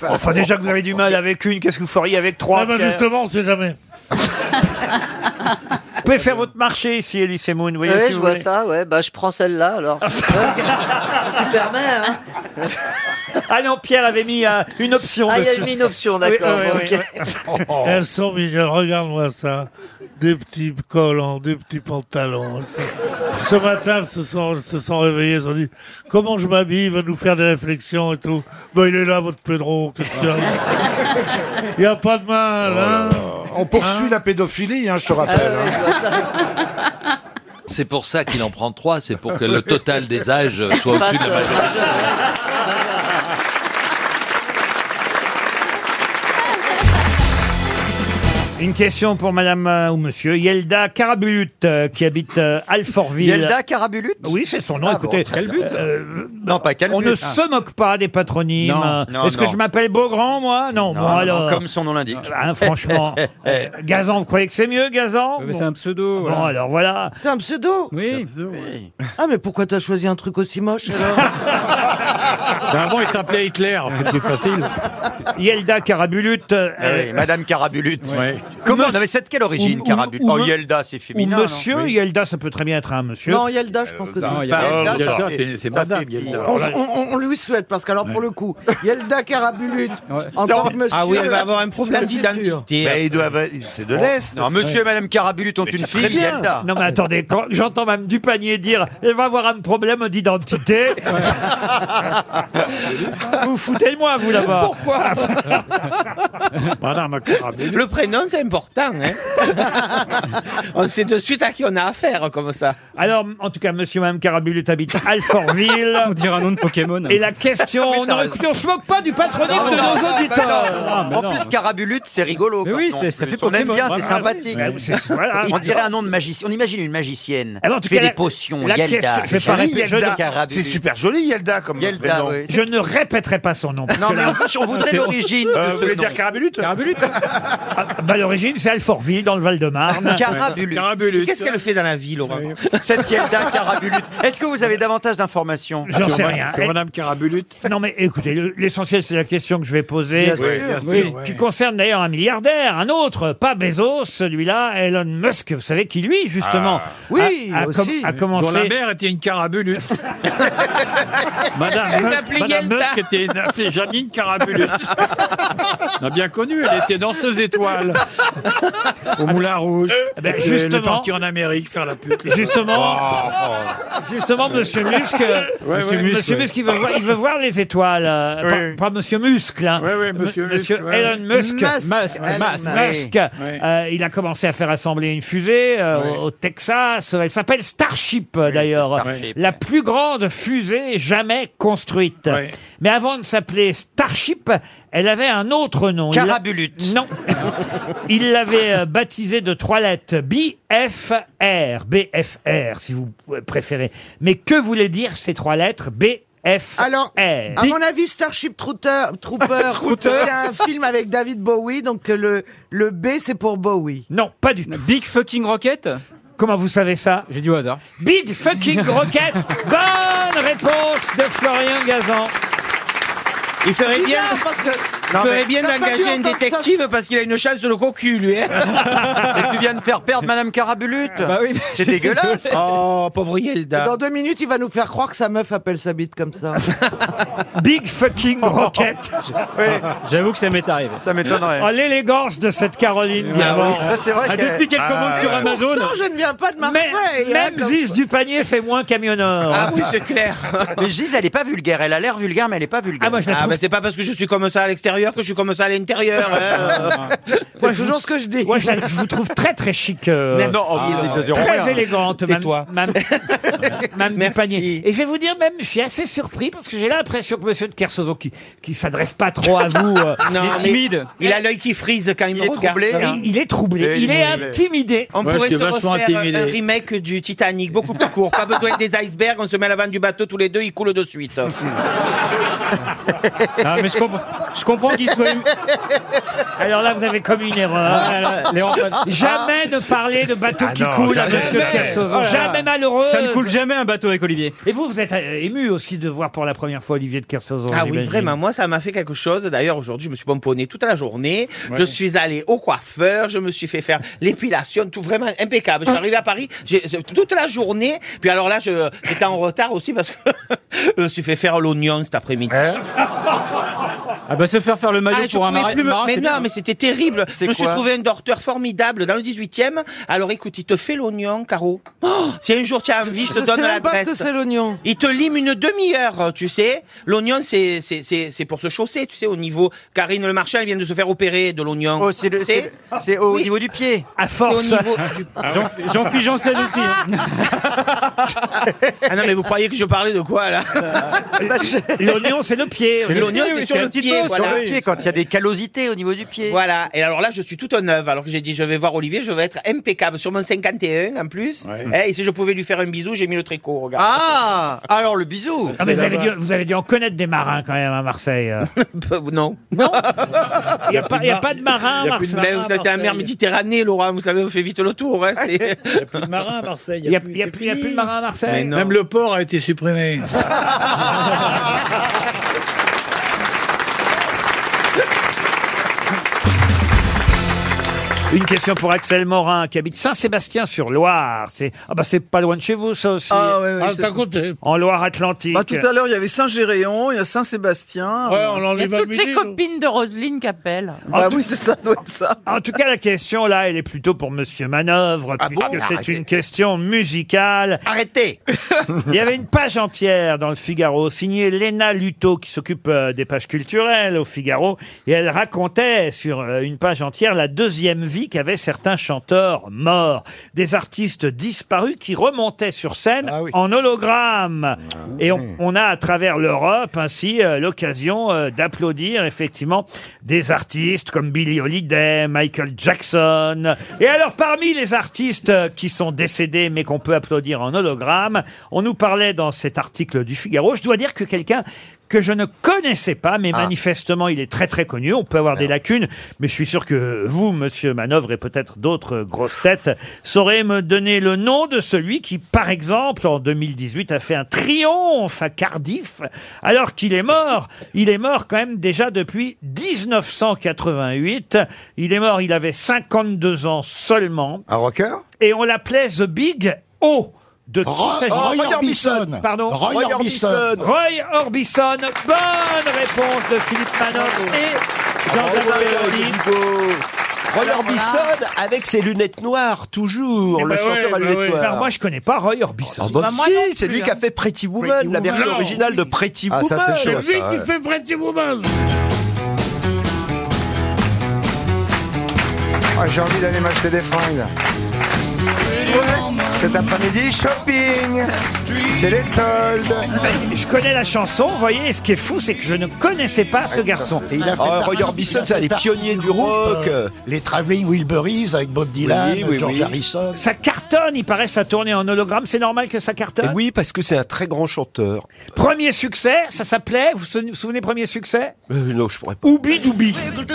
Enfin, déjà que vous avez du
bah,
mal avec une, qu'est-ce que vous feriez avec trois
Ah bah
Pierre
justement, on sait jamais.
pouvez faire votre marché ici, Elise Moon. Vous voyez,
Ouais,
si
je
vous
vois
voulez.
ça, ouais, bah je prends celle-là alors. si tu permets, hein.
Ah non, Pierre avait mis euh, une option.
Ah, il y a
dessus.
mis une option, d'accord,
Oui, oui, oui,
ok.
oui.
Elles sont mignonnes, regarde-moi ça. Des petits collants, des petits pantalons. Ce matin, elles se sont, elles se sont réveillées, elles ont dit Comment je m'habille Il va nous faire des réflexions et tout. Ben, il est là, votre Pedro. Qu'est-ce qu'il y a Il n'y a pas de mal, hein
On poursuit la pédophilie, hein, je te rappelle. hein.
C'est pour ça qu'il en prend trois, c'est pour que le total des âges soit au-dessus de la
Face, euh,
majorité.
Une question pour madame euh, ou monsieur Yelda Carabulut, euh, qui habite euh, Alfortville.
Yelda Carabulut
Oui, c'est son nom, écoutez. euh,
Non, pas Calbut.
on ne
Ah.
se moque pas des patronymes.
Non,
Euh,
non,
Est-ce que
non.
je m'appelle Beaugrand, moi Non,
Non,
bon,
non,
alors.
comme son nom l'indique.
Ah, franchement. Euh, Gazan, vous croyez que c'est mieux, Gazan
Oui, mais c'est un
pseudo. Bon,
voilà.
alors voilà.
C'est un pseudo Oui. Ah, mais pourquoi t'as choisi un truc aussi moche alors
avant, il s'appelait Hitler, c'est plus facile. Yelda Carabulut. euh,
Ah oui, Madame Carabulut.
Ouais.
Comment on avait cette quelle origine,
Ou- ou-
Carabulut
ou-
Oh, Yelda, c'est
Ou
féminin. non
monsieur, Yelda, ça peut très bien être un monsieur.
Non, Yelda, je pense que c'est
Non,
une
Yelda,
femme.
Yelda, ça
Yelda,
fait-
c'est- c'est
ça
madame,
fait-
Yelda.
On
On,
s- on-
on- on lui souhaite, parce qu'alors, pour le coup, Yelda Carabulut, en
Ça,
tant
on-
que monsieur...
Ah oui, elle va avoir un problème
c'est
d'identité.
dur.
Mais ils doivent-
c'est
de l'Est. Oh, Non, monsieur et madame Carabulut ont une fille, Yelda.
Non mais attendez, quand j'entends Mme Dupanier dire « Elle va avoir un problème d'identité », vous foutez de moi, vous, là-bas Pourquoi
Le prénom, c'est important. hein. on sait de suite à qui on a affaire, comme ça.
Alors, en tout cas, monsieur et Mme Carabulut habitent Alfortville. on dirait un nom de Pokémon. Et la question...
Oui, t'as
non,
raison.
écoutez, on se moque pas du patronyme
Oh, Non,
de
non,
nos
non,
auditeurs
Ah, bah non, non. en plus, Carabulut, c'est rigolo.
Ah, Mais
comme
oui,
nom,
c'est-
en
ça
plus.
fait
On aime
Pokémon,
bien,
voilà.
c'est sympathique.
Ouais, c'est- voilà.
On dirait un nom de magicien. On imagine une magicienne.
Alors, Eh ben, en tout
qui fait
cas,
des
la-
potions.
la question-
Yelda.
je vais pas répéter- je ne-
Carabulut.
C'est
Super joli, Yelda, comme
Yelda,
prénom.
oui.
Je ne répéterai pas son nom. parce
Non,
que
mais
là-
en fait, on voudrait
C'est-
l'origine.
Euh, vous voulez dire
Carabulut
Carabulut bah, L'origine, c'est Alfortville, dans le Val-de-Marne.
Carabulut.
Qu'est-ce qu'elle fait dans la vie, Laurent
Cette Yelda Carabulut. Est-ce que vous avez davantage d'informations
J'en sais rien. Eh,
Elle-
Madame Carabulut Non, mais écoutez, le- l'essentiel, c'est la question que je vais poser,
Bien sûr,
qui-
bien sûr,
qui,
oui.
qui concerne d'ailleurs un milliardaire, un autre, pas Bezos, celui-là, Elon Musk, vous savez, qui lui, justement,
Ah.
a-
Oui,
a, com-
aussi.
a commencé...
Dont la mère
était une Carabulut.
Madame,
Elle
Meuf-
s'appelait
Madame
Yelda.
Meuf, qui était une- appelée Janine Carabulus. On a bien connu, elle était danseuse étoile au Moulin Rouge.
Eh ben,
Et Elle
Ah, justement-
est partie en Amérique faire la pute.
Justement,
Oh.
justement, Monsieur Musk, euh,
Ouais,
Monsieur,
ouais,
Musk,
Musk, ouais.
il, veut voir, il veut voir les étoiles, euh,
Oui.
pas, pas Monsieur Musk, là.
Monsieur
M-
Musk, ouais,
Elon
ouais.
Musk,
Musk, Musk,
Elon
Musk,
Musk,
oui.
euh, il a commencé à faire assembler une fusée euh, au- au Texas. Elle s'appelle Starship, euh, d'ailleurs,
Starship,
la plus grande fusée jamais construite. Mais avant de s'appeler Starship, elle avait un autre nom. Il l'a-
Carabulut.
Non. Il l'avait euh, baptisé de trois lettres, BFR, BFR si vous préférez. Mais que voulaient dire ces trois lettres BFR
Alors, À mon avis, Starship Trooper, Trooper, il y a un film avec David Bowie, donc euh, le, le B, c'est pour Bowie.
Non, pas du tout.
Big fucking rocket
Comment vous savez ça
J'ai du hasard.
Big fucking rocket Bonne réponse de Florian Gazan.
Il ferait bien,
Bizarre, parce que-
il
Non,
ferait
mais-
bien
T'as pas dû
d'engager un
entendre ça.
détective parce qu'il a une chance sur le cocu, lui. hein.
Et tu viens de faire perdre Madame Carabulut.
Bah
C'est dégueulasse.
Oh,
pauvre Yelda.
Dans deux minutes, il va nous faire croire que sa meuf appelle sa bite comme ça.
Big fucking rocket
J'avoue que ça m'est arrivé.
Ça m'étonnerait.
Oh, l'élégance de cette Caroline Diamant.
ouais. Ça, c'est vrai Ah, qu'elle- depuis qu'elle commande sur Amazon.
Pourtant, je ne viens pas de Marseille. hein,
Même
comme-
Ziz du panier fait moins camionneur.
Ah oui, c'est clair. Mais Gise, elle est pas vulgaire. Elle a l'air vulgaire, mais elle est pas vulgaire. Ah, moi,
je la trouve-
mais c'est pas parce que je suis comme ça à l'extérieur que je suis comme ça à l'intérieur. hein.
C'est toujours ce que je dis. Moi, je, la- je vous trouve très très chic. euh,
Mais non, oh,
euh,
n'exagérons
très
rien.
élégante, même.
Tais-toi.
Mme Dupanier. Et je vais vous dire, même, je suis assez surpris parce que j'ai l'impression que Monsieur de Kersozo, qui, qui s'adresse pas trop à vous, euh,
Non, mais Il a l'œil qui frise quand il, hein. me regarde.
Il, il est
Eh,
troublé. Il, est intimidé.
On pourrait se refaire euh, un remake du Titanic, beaucoup plus court. Pas besoin des icebergs, on se met à l'avant du bateau tous les deux, ils coulent de suite.
Non, mais je, comprends- je comprends qu'il soit. hum-
Alors là, vous avez commis une erreur.
Ah, Léon Pan-
Jamais ne parler de bateau
Ah
qui
non,
coule à
jamais.
Monsieur
Oh
Kersauzon.
là là.
Jamais malheureux.
Ça ne coule jamais un bateau avec Olivier.
Et vous, vous êtes euh, ému aussi de voir pour la première fois Olivier de Kersauzon.
Ah oui,
j'imagine.
vraiment, moi, ça m'a fait quelque chose. D'ailleurs, aujourd'hui, je me suis pomponné toute la journée. Je suis allé au coiffeur, je me suis fait faire l'épilation, tout vraiment impeccable. Je suis arrivé à Paris j'ai- j'ai- toute la journée. Puis alors là, je- j'étais en retard aussi parce que je me suis fait faire l'oignon cet après-midi.
Ah bah se faire faire le maillot
Ah, je
pour un
pouvais
mari.
plus me-
marin,
Mais
c'est
non,
bien.
mais c'était terrible. Je
C'est
me suis
quoi
trouvé un docteur formidable dans le 18e. Alors écoute, il te fait l'oignon, Caro. Oh, si un jour tu as envie, je te
Je
donne
sais même pas
l'adresse.
ce que c'est, l'oignon.
Il te lime une demi-heure, tu sais. L'oignon, c'est c'est- c'est c'est pour se chausser, tu sais, au niveau. Karine Le Marchand elle vient de se faire opérer de l'oignon. Oh, c'est au niveau du pied.
À
force.
Ah, Jean- Jean-Philippe Janssen aussi.
Ah non, mais vous croyez que je parlais de quoi, là
L'oignon, c'est le pied.
C'est l'oignon, c'est sur le
petit
pied,
os,
voilà.
sur le pied, quand il y a des callosités au niveau du pied.
Voilà. Et alors là, je suis tout en œuvre. Alors que j'ai dit, je vais voir Olivier, je vais être impeccable sur mon 51 en plus. Eh, et si je pouvais lui faire un bisou, j'ai mis le tricot, regarde.
Ah Alors le bisou
Ah, mais vous, avez dû, vous avez dû en connaître des marins quand même à Marseille. euh.
Bah,
non.
Non Il n'y a, pas- il y a pas de marins à
Ben,
Marseille.
vous savez, C'est la mer Méditerranée, Laurent. Vous savez, on fait vite le tour. Hein, il n'y a plus de
marins à Marseille. Il n'y a, il y a plus il y a plus de marins à Marseille.
Même le port a été supprimé.
Une question pour Axel Morin qui habite Saint-Sébastien-sur-Loire. C'est ah bah c'est pas loin de chez vous ça aussi.
Ah, ouais, ouais, Ah, c'est- c'est à
côté. En Loire-Atlantique.
Bah, tout à l'heure, il y avait Saint-Géréon, il y a Saint-Sébastien.
Il y a toutes les copines de Roselyne qui appellent.
Ah oui, c'est ça, doit être ça. En tout cas, la question là, elle est plutôt pour Monsieur Manœuvre, puisque
bon
c'est
Arrêtez.
une question musicale. Ah Arrêtez Il y avait une page entière dans le Figaro, signée Léna Luto, qui s'occupe euh, des pages culturelles au Figaro, et elle racontait sur euh, une page entière la deuxième vie qu'avaient certains chanteurs morts, des artistes disparus qui remontaient sur scène en hologramme. Et on, on a à travers l'Europe ainsi euh, l'occasion euh, d'applaudir effectivement des artistes comme Billy Holiday, Michael Jackson. Et alors parmi les artistes euh, qui sont décédés mais qu'on peut applaudir en hologramme, on nous parlait dans cet article du Figaro, je dois dire que quelqu'un que je ne connaissais pas, mais manifestement il est très très connu, on peut avoir des lacunes, mais je suis sûr que vous, monsieur Manœuvre, et peut-être d'autres grosses têtes, saurez me donner le nom de celui qui, par exemple, en 2018, a fait un triomphe à Cardiff, alors qu'il est mort. Il est mort quand même déjà depuis 1988. Il est mort, il avait 52 ans seulement. Un rocker Et on l'appelait The Big O. De qui
Roy-
s'agit-
Roy Orbison.
Pardon
Roy Orbison.
Roy Orbison. Bonne réponse de Philippe Manoff et Jean-Jacques Belloni.
Roy Orbison avec ses lunettes noires, toujours,
Eh
le
ben ouais,
chanteur
ben
à lunettes
ouais.
noires.
Alors moi, je connais pas Roy Orbison.
Ah bah
Bah, moi
si,
non
c'est
plus,
lui
hein.
qui a fait Pretty Woman,
Pretty
la version
Woman.
originale de Pretty
Ah,
Woman.
ça, c'est chaud,
Lui qui fait Pretty Woman.
Ah, J'ai envie d'aller m'acheter des fringues. Ouais, cet après-midi, shopping. C'est les soldes.
Je connais la chanson, vous voyez, et ce qui est fou, c'est que je ne connaissais pas ce garçon.
Et il a fait
Ah,
partie- il a fait partie groupe, euh, les Traveling Wilburys avec Bob Dylan,
Oui, oui,
George
oui.
Harrison.
Ça cartonne, il paraît, ça tournait en hologramme. C'est normal que ça cartonne
Eh Oui, parce que c'est un très grand chanteur.
Premier succès, ça s'appelait, vous vous souvenez- vous souvenez, premier succès
Euh, non, je pourrais pas.
Oubi Doubi.
to
Oh,
the
bah.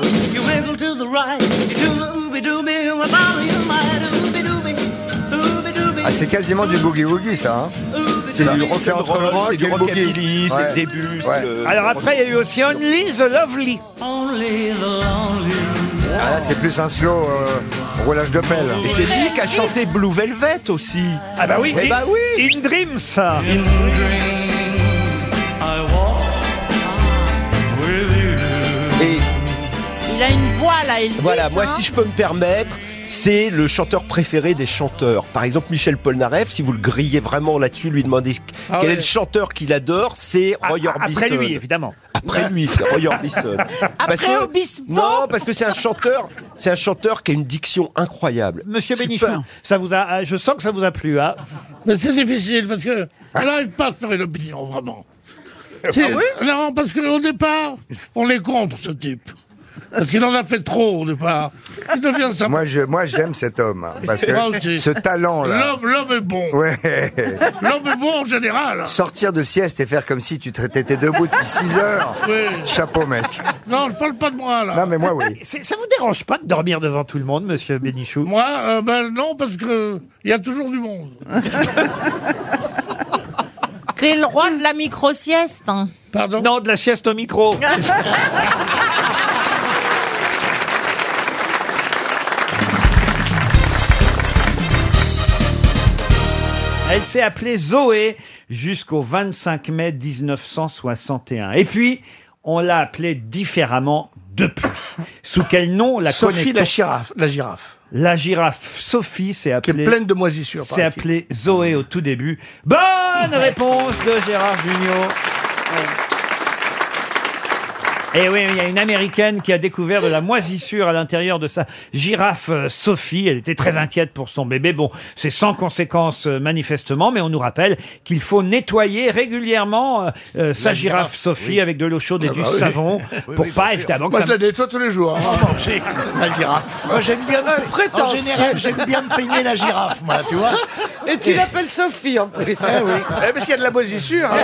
left, you wiggle to the right, you do the ooby dooby, and follow your mind, ooby dooby, ooby dooby.
Ah, c'est quasiment du boogie-woogie, ça. hein.
C'est du rock
c'est
and
entre
roll,
le rock
c'est du
et le boogie.
rockabilly, c'est
Ouais.
le début, c'est
Ouais.
le-
Alors après, il y a eu aussi Only the Lovely.
Only the lonely.
Ah, là, c'est plus un slow euh, roulage de pelle.
Et c'est lui qui a chanté Blue Velvet aussi.
Ah bah oui,
Eh
in,
bah oui.
In Dreams.
I walk with you.
Et
Il a une voix là, il
voilà, moi si je peux me permettre, c'est le chanteur préféré des chanteurs. Par exemple, Michel Polnareff, si vous le grillez vraiment là-dessus, lui demandez
Ah
quel
ouais.
est le chanteur qu'il adore, c'est Roy
Ah,
Orbison.
Après lui, évidemment.
Après lui, c'est Roy Orbison. Parce que- Non, parce que c'est un chanteur, c'est un chanteur qui a une diction incroyable.
Monsieur
Super.
Bénichou, ça vous a, je sens que ça vous a plu, hein Ah
Mais c'est difficile parce que on n'arrive pas à se faire une opinion vraiment. Ah C'est- oui non, parce qu'au départ, on est contre ce type.
Parce qu'il en a fait trop au départ. Il devient ça.
Moi, je, moi, j'aime cet homme. hein, Parce que
Moi aussi.
ce talent-là.
L'homme, l'homme est bon.
Ouais.
L'homme est bon en général.
Sortir de sieste et faire comme si tu te- t'étais debout depuis 6 heures.
Oui.
Chapeau, mec.
Non, je parle pas de moi, là.
Non, mais moi, oui.
Eh, C'est- Ça vous dérange pas de dormir devant tout le monde, monsieur Bénichou
Moi, euh, ben non, parce que il y a toujours du monde.
T'es le roi de la micro-sieste.
Pardon
Non, de la sieste au micro.
Ah,
Elle s'est appelée Zoé jusqu'au 25 mai 1961. Et puis, on l'a appelée différemment depuis. Sous quel nom la
Sophie la girafe. La girafe.
La girafe Sophie s'est appelée.
pleine de moisissures,
S'est
paraît-il.
appelée Zoé au tout début. Bonne réponse de Gérard Junior. Et Eh oui, il y a une américaine qui a découvert de la moisissure à l'intérieur de sa girafe euh, Sophie. Elle était très inquiète pour son bébé. Bon, c'est sans conséquence euh, manifestement, mais on nous rappelle qu'il faut nettoyer régulièrement euh, euh, sa
La
girafe,
girafe,
Sophie
oui.
avec de l'eau chaude et
Ah
du
bah oui.
savon
Oui,
pour
oui, bien
pas
sûr.
évidemment que
Moi,
ça
je la nettoie tous les jours. hein. la girafe.
Moi, j'aime bien me
Prétentieux.
En général, j'aime bien me peigner la girafe, moi, tu vois.
Et tu
l'appelles Sophie, en plus. Eh oui. Eh, parce qu'il y a de la hein. moisissure.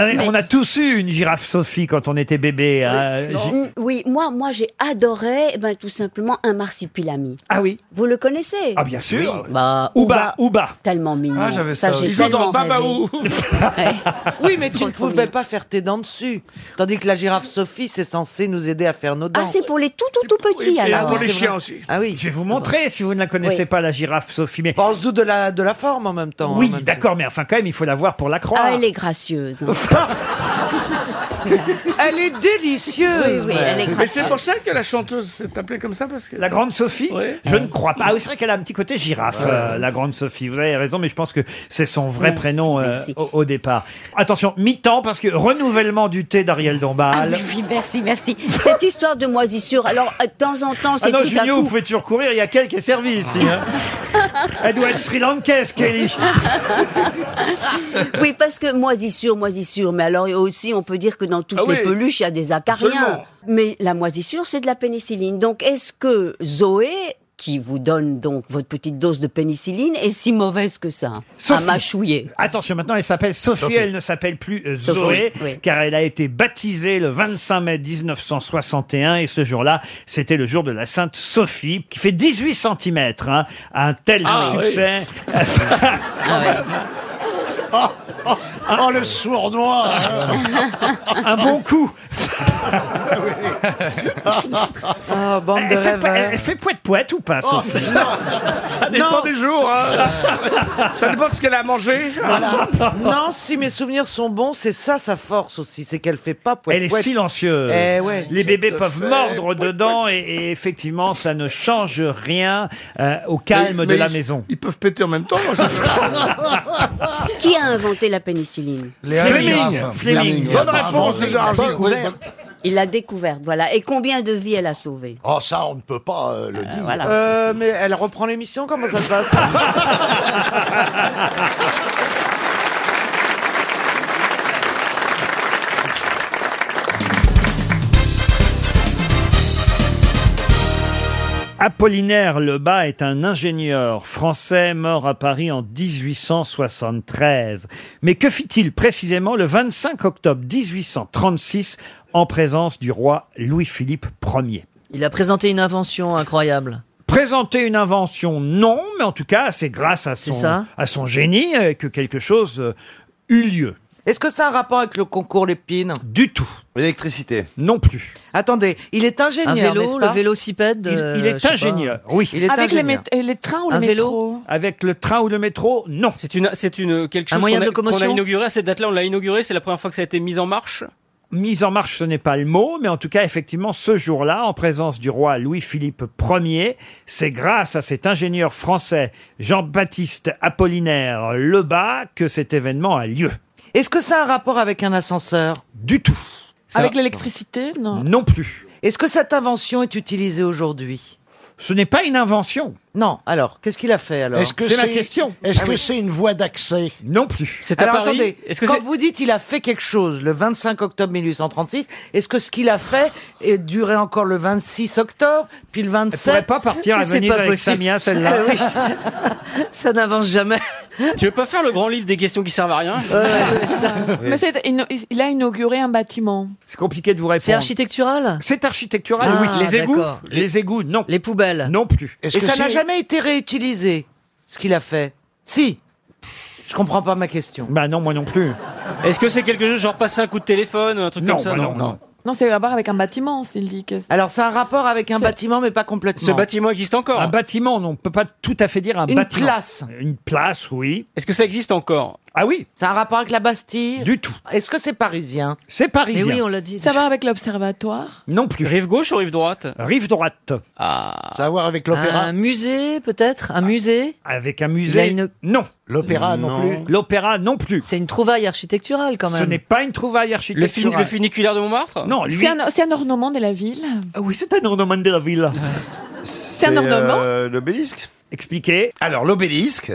Ah oui, On a tous eu une girafe Sophie quand on était bébé. hein. J'ai-
Mm, Oui, moi, moi j'ai adoré eh ben, tout simplement un marsupilami.
Ah oui
Vous le connaissez
Ah bien sûr.
Bah,
Ouba, Ouba.
Tellement mignon.
Ah, j'avais ça
j'ai
aussi. Ils sont
tellement
dans Babaou.
rêvé.
Oui, mais tu ne
trop
pouvais
mignon.
pas faire tes dents dessus. Tandis que la girafe Sophie, c'est censé nous aider à faire nos dents.
Ah, c'est pour les tout, tout, tout petits alors.
Ah oui. Je
vais vous montrer si vous ne la connaissez pas, la girafe Sophie. Mais...
Pense d'où de la, de la forme en même temps.
Oui, d'accord, mais enfin quand même, il faut la voir pour la croire.
Ah, elle est gracieuse. hein.
Elle est délicieuse.
Oui, oui, elle est
Mais
gracieuse.
c'est pour ça que la chanteuse s'est appelée comme ça parce que
La grande Sophie
Oui.
Je
Euh.
ne crois pas. Ah oui, c'est vrai qu'elle a un petit côté girafe, euh, la grande Sophie. Vous avez raison, mais je pense que c'est son vrai
Merci,
prénom euh,
merci.
au, au départ. Attention, mi-temps, parce que renouvellement du thé d'Ariel
Ah
Dombal.
oui, oui, merci, merci. Cette histoire de moisissure, alors euh, de temps en temps,
Ah
c'est
non,
tout à
Junio, vous
coup.
pouvez toujours courir, il y a quelques qui est servie ici. hein. Elle doit être Sri Lankaise, Kelly.
oui, parce que moisissure, moisissure, mais alors aussi, on peut dire que dans toutes
Ah
les
oui.
peluches, il y a des acariens.
Absolument.
Mais la moisissure, c'est de la pénicilline. Donc, est-ce que Zoé, qui vous donne donc votre petite dose de pénicilline, est si mauvaise que ça
Sophie.
À mâchouiller.
Attention, maintenant, elle s'appelle Sophie,
Sophie.
elle ne s'appelle plus euh,
Sophie,
Zoé,
oui.
car elle a été baptisée le 25 mai 1961, et ce jour-là, c'était le jour de la Sainte Sophie, qui fait 18 cm, hein, un tel
Ah,
succès.
Ah,
Oh, oh, oh, le sournois
un bon coup
Oh, bande de
Elle fait,
rêveurs.
po- elle fait poète-poète ou pas,
Oh,
Sophie
ça dépend
Non.
des jours.
Euh.
hein. ça dépend de ce qu'elle a mangé.
non, si mes souvenirs sont bons, c'est ça sa force aussi, c'est qu'elle fait pas poète.
Elle est
poète.
silencieuse.
Eh ouais.
Les bébés
Je te
peuvent
fais
mordre dedans et, et effectivement, ça ne change rien euh, au calme
Mais-
de
mais
la
ils-
maison.
Ils peuvent péter en même temps.
Qui a inventé la pénicilline
Léa Fleming. Giraffe. Fleming. Bonne
Bravo.
réponse de Gérard
Il l'a
Gilles.
découverte. Il l'a découverte, voilà. Et combien de vies elle a sauvées
Oh, ça, on ne peut pas euh, le dire.
voilà.
Euh, mais elle reprend l'émission, comment ça se passe
Apollinaire Lebas est un ingénieur français mort à Paris en 1873. Mais que fit-il précisément le 25 octobre 1836 en présence du roi Louis-Philippe Ier
Il a présenté une invention incroyable.
Présenter une invention, non, mais en tout cas, c'est grâce à
C'est
son,
ça.
à son génie euh, que quelque chose euh, eut lieu.
Est-ce que ça a un rapport avec le concours Lépine
Du tout.
L'électricité
Non plus.
Attendez, il est ingénieur, n'est-ce
Un vélo,
pas
le vélocipède.
Il, il est ingénieur, oui.
Il est Avec les ingénieur.
les
Ah,
trains
ou le Un vélo euh, métro
Avec le train ou le métro, non.
C'est une, c'est une quelque
Un
chose
moyen
qu'on a-
de locomotion
qu'on a inauguré à cette date-là. On l'a inauguré, c'est la première fois que ça a été mis en marche.
Mise en marche, ce n'est pas le mot, mais en tout cas, effectivement, ce jour-là, en présence du roi Louis-Philippe Ier, c'est grâce à cet ingénieur français Jean-Baptiste Apollinaire Lebas que cet événement a lieu.
Est-ce que ça a un rapport avec un ascenseur
Du tout.
avec l'électricité Non.
Non plus.
Est-ce que cette invention est utilisée aujourd'hui
Ce n'est pas une invention.
Non, alors, qu'est-ce qu'il a fait alors Ah
Est-ce que
Ah
Est-ce que c'est une voie d'accès
Non plus.
C'est
Alors attendez, quand vous dites il a fait quelque chose le 25 octobre 1836, est-ce que ce qu'il a fait est duré encore le 26 octobre, puis le 27
pourrait pas partir à Venise avec Samia, celle-là.
Ah
ça n'avance jamais. Tu veux pas faire le grand livre des questions qui servent à rien
Mais c'est- il, il a inauguré un bâtiment.
C'est compliqué de vous répondre.
C'est architectural
C'est architectural,
Ah,
oui.
Les égouts d'accord.
Les égouts, non. Les poubelles Non plus.
Et ça n'a jamais été réutilisé, ce qu'il a fait Si Je comprends pas ma question.
Bah non, moi non plus.
Est-ce que c'est quelque chose genre passer un coup de téléphone, un truc
Non,
comme ça
bah non, non.
Non, c'est à voir avec un bâtiment, s'il dit. Que...
Alors, c'est un rapport avec un bâtiment, mais pas complètement.
Ce bâtiment existe encore.
Un bâtiment, on ne peut pas tout à fait dire un
Une
bâtiment.
place.
Une place, oui.
Est-ce que ça existe encore
Ah oui
C'est un rapport avec la Bastille
Du tout.
Est-ce que c'est parisien
C'est parisien.
Ça va avec l'observatoire
Non plus.
Rive gauche ou rive droite
Rive droite.
Ah.
Ça a à voir avec
l'opéra
l'opéra
Un musée, peut-être Un
Ah,
musée
Avec un
Il a
Ah. musée
une-
Non.
L'opéra non plus
L'opéra non plus.
C'est une trouvaille architecturale quand même.
Ce n'est pas une trouvaille
le, funi-
architecturale.
le funiculaire de Montmartre
Non, lui.
C'est un, c'est un ornement de la ville
Ah oui, c'est un ornement de la ville.
C'est
euh,
un ornement
euh, L'obélisque
Expliquez.
Alors, l'obélisque.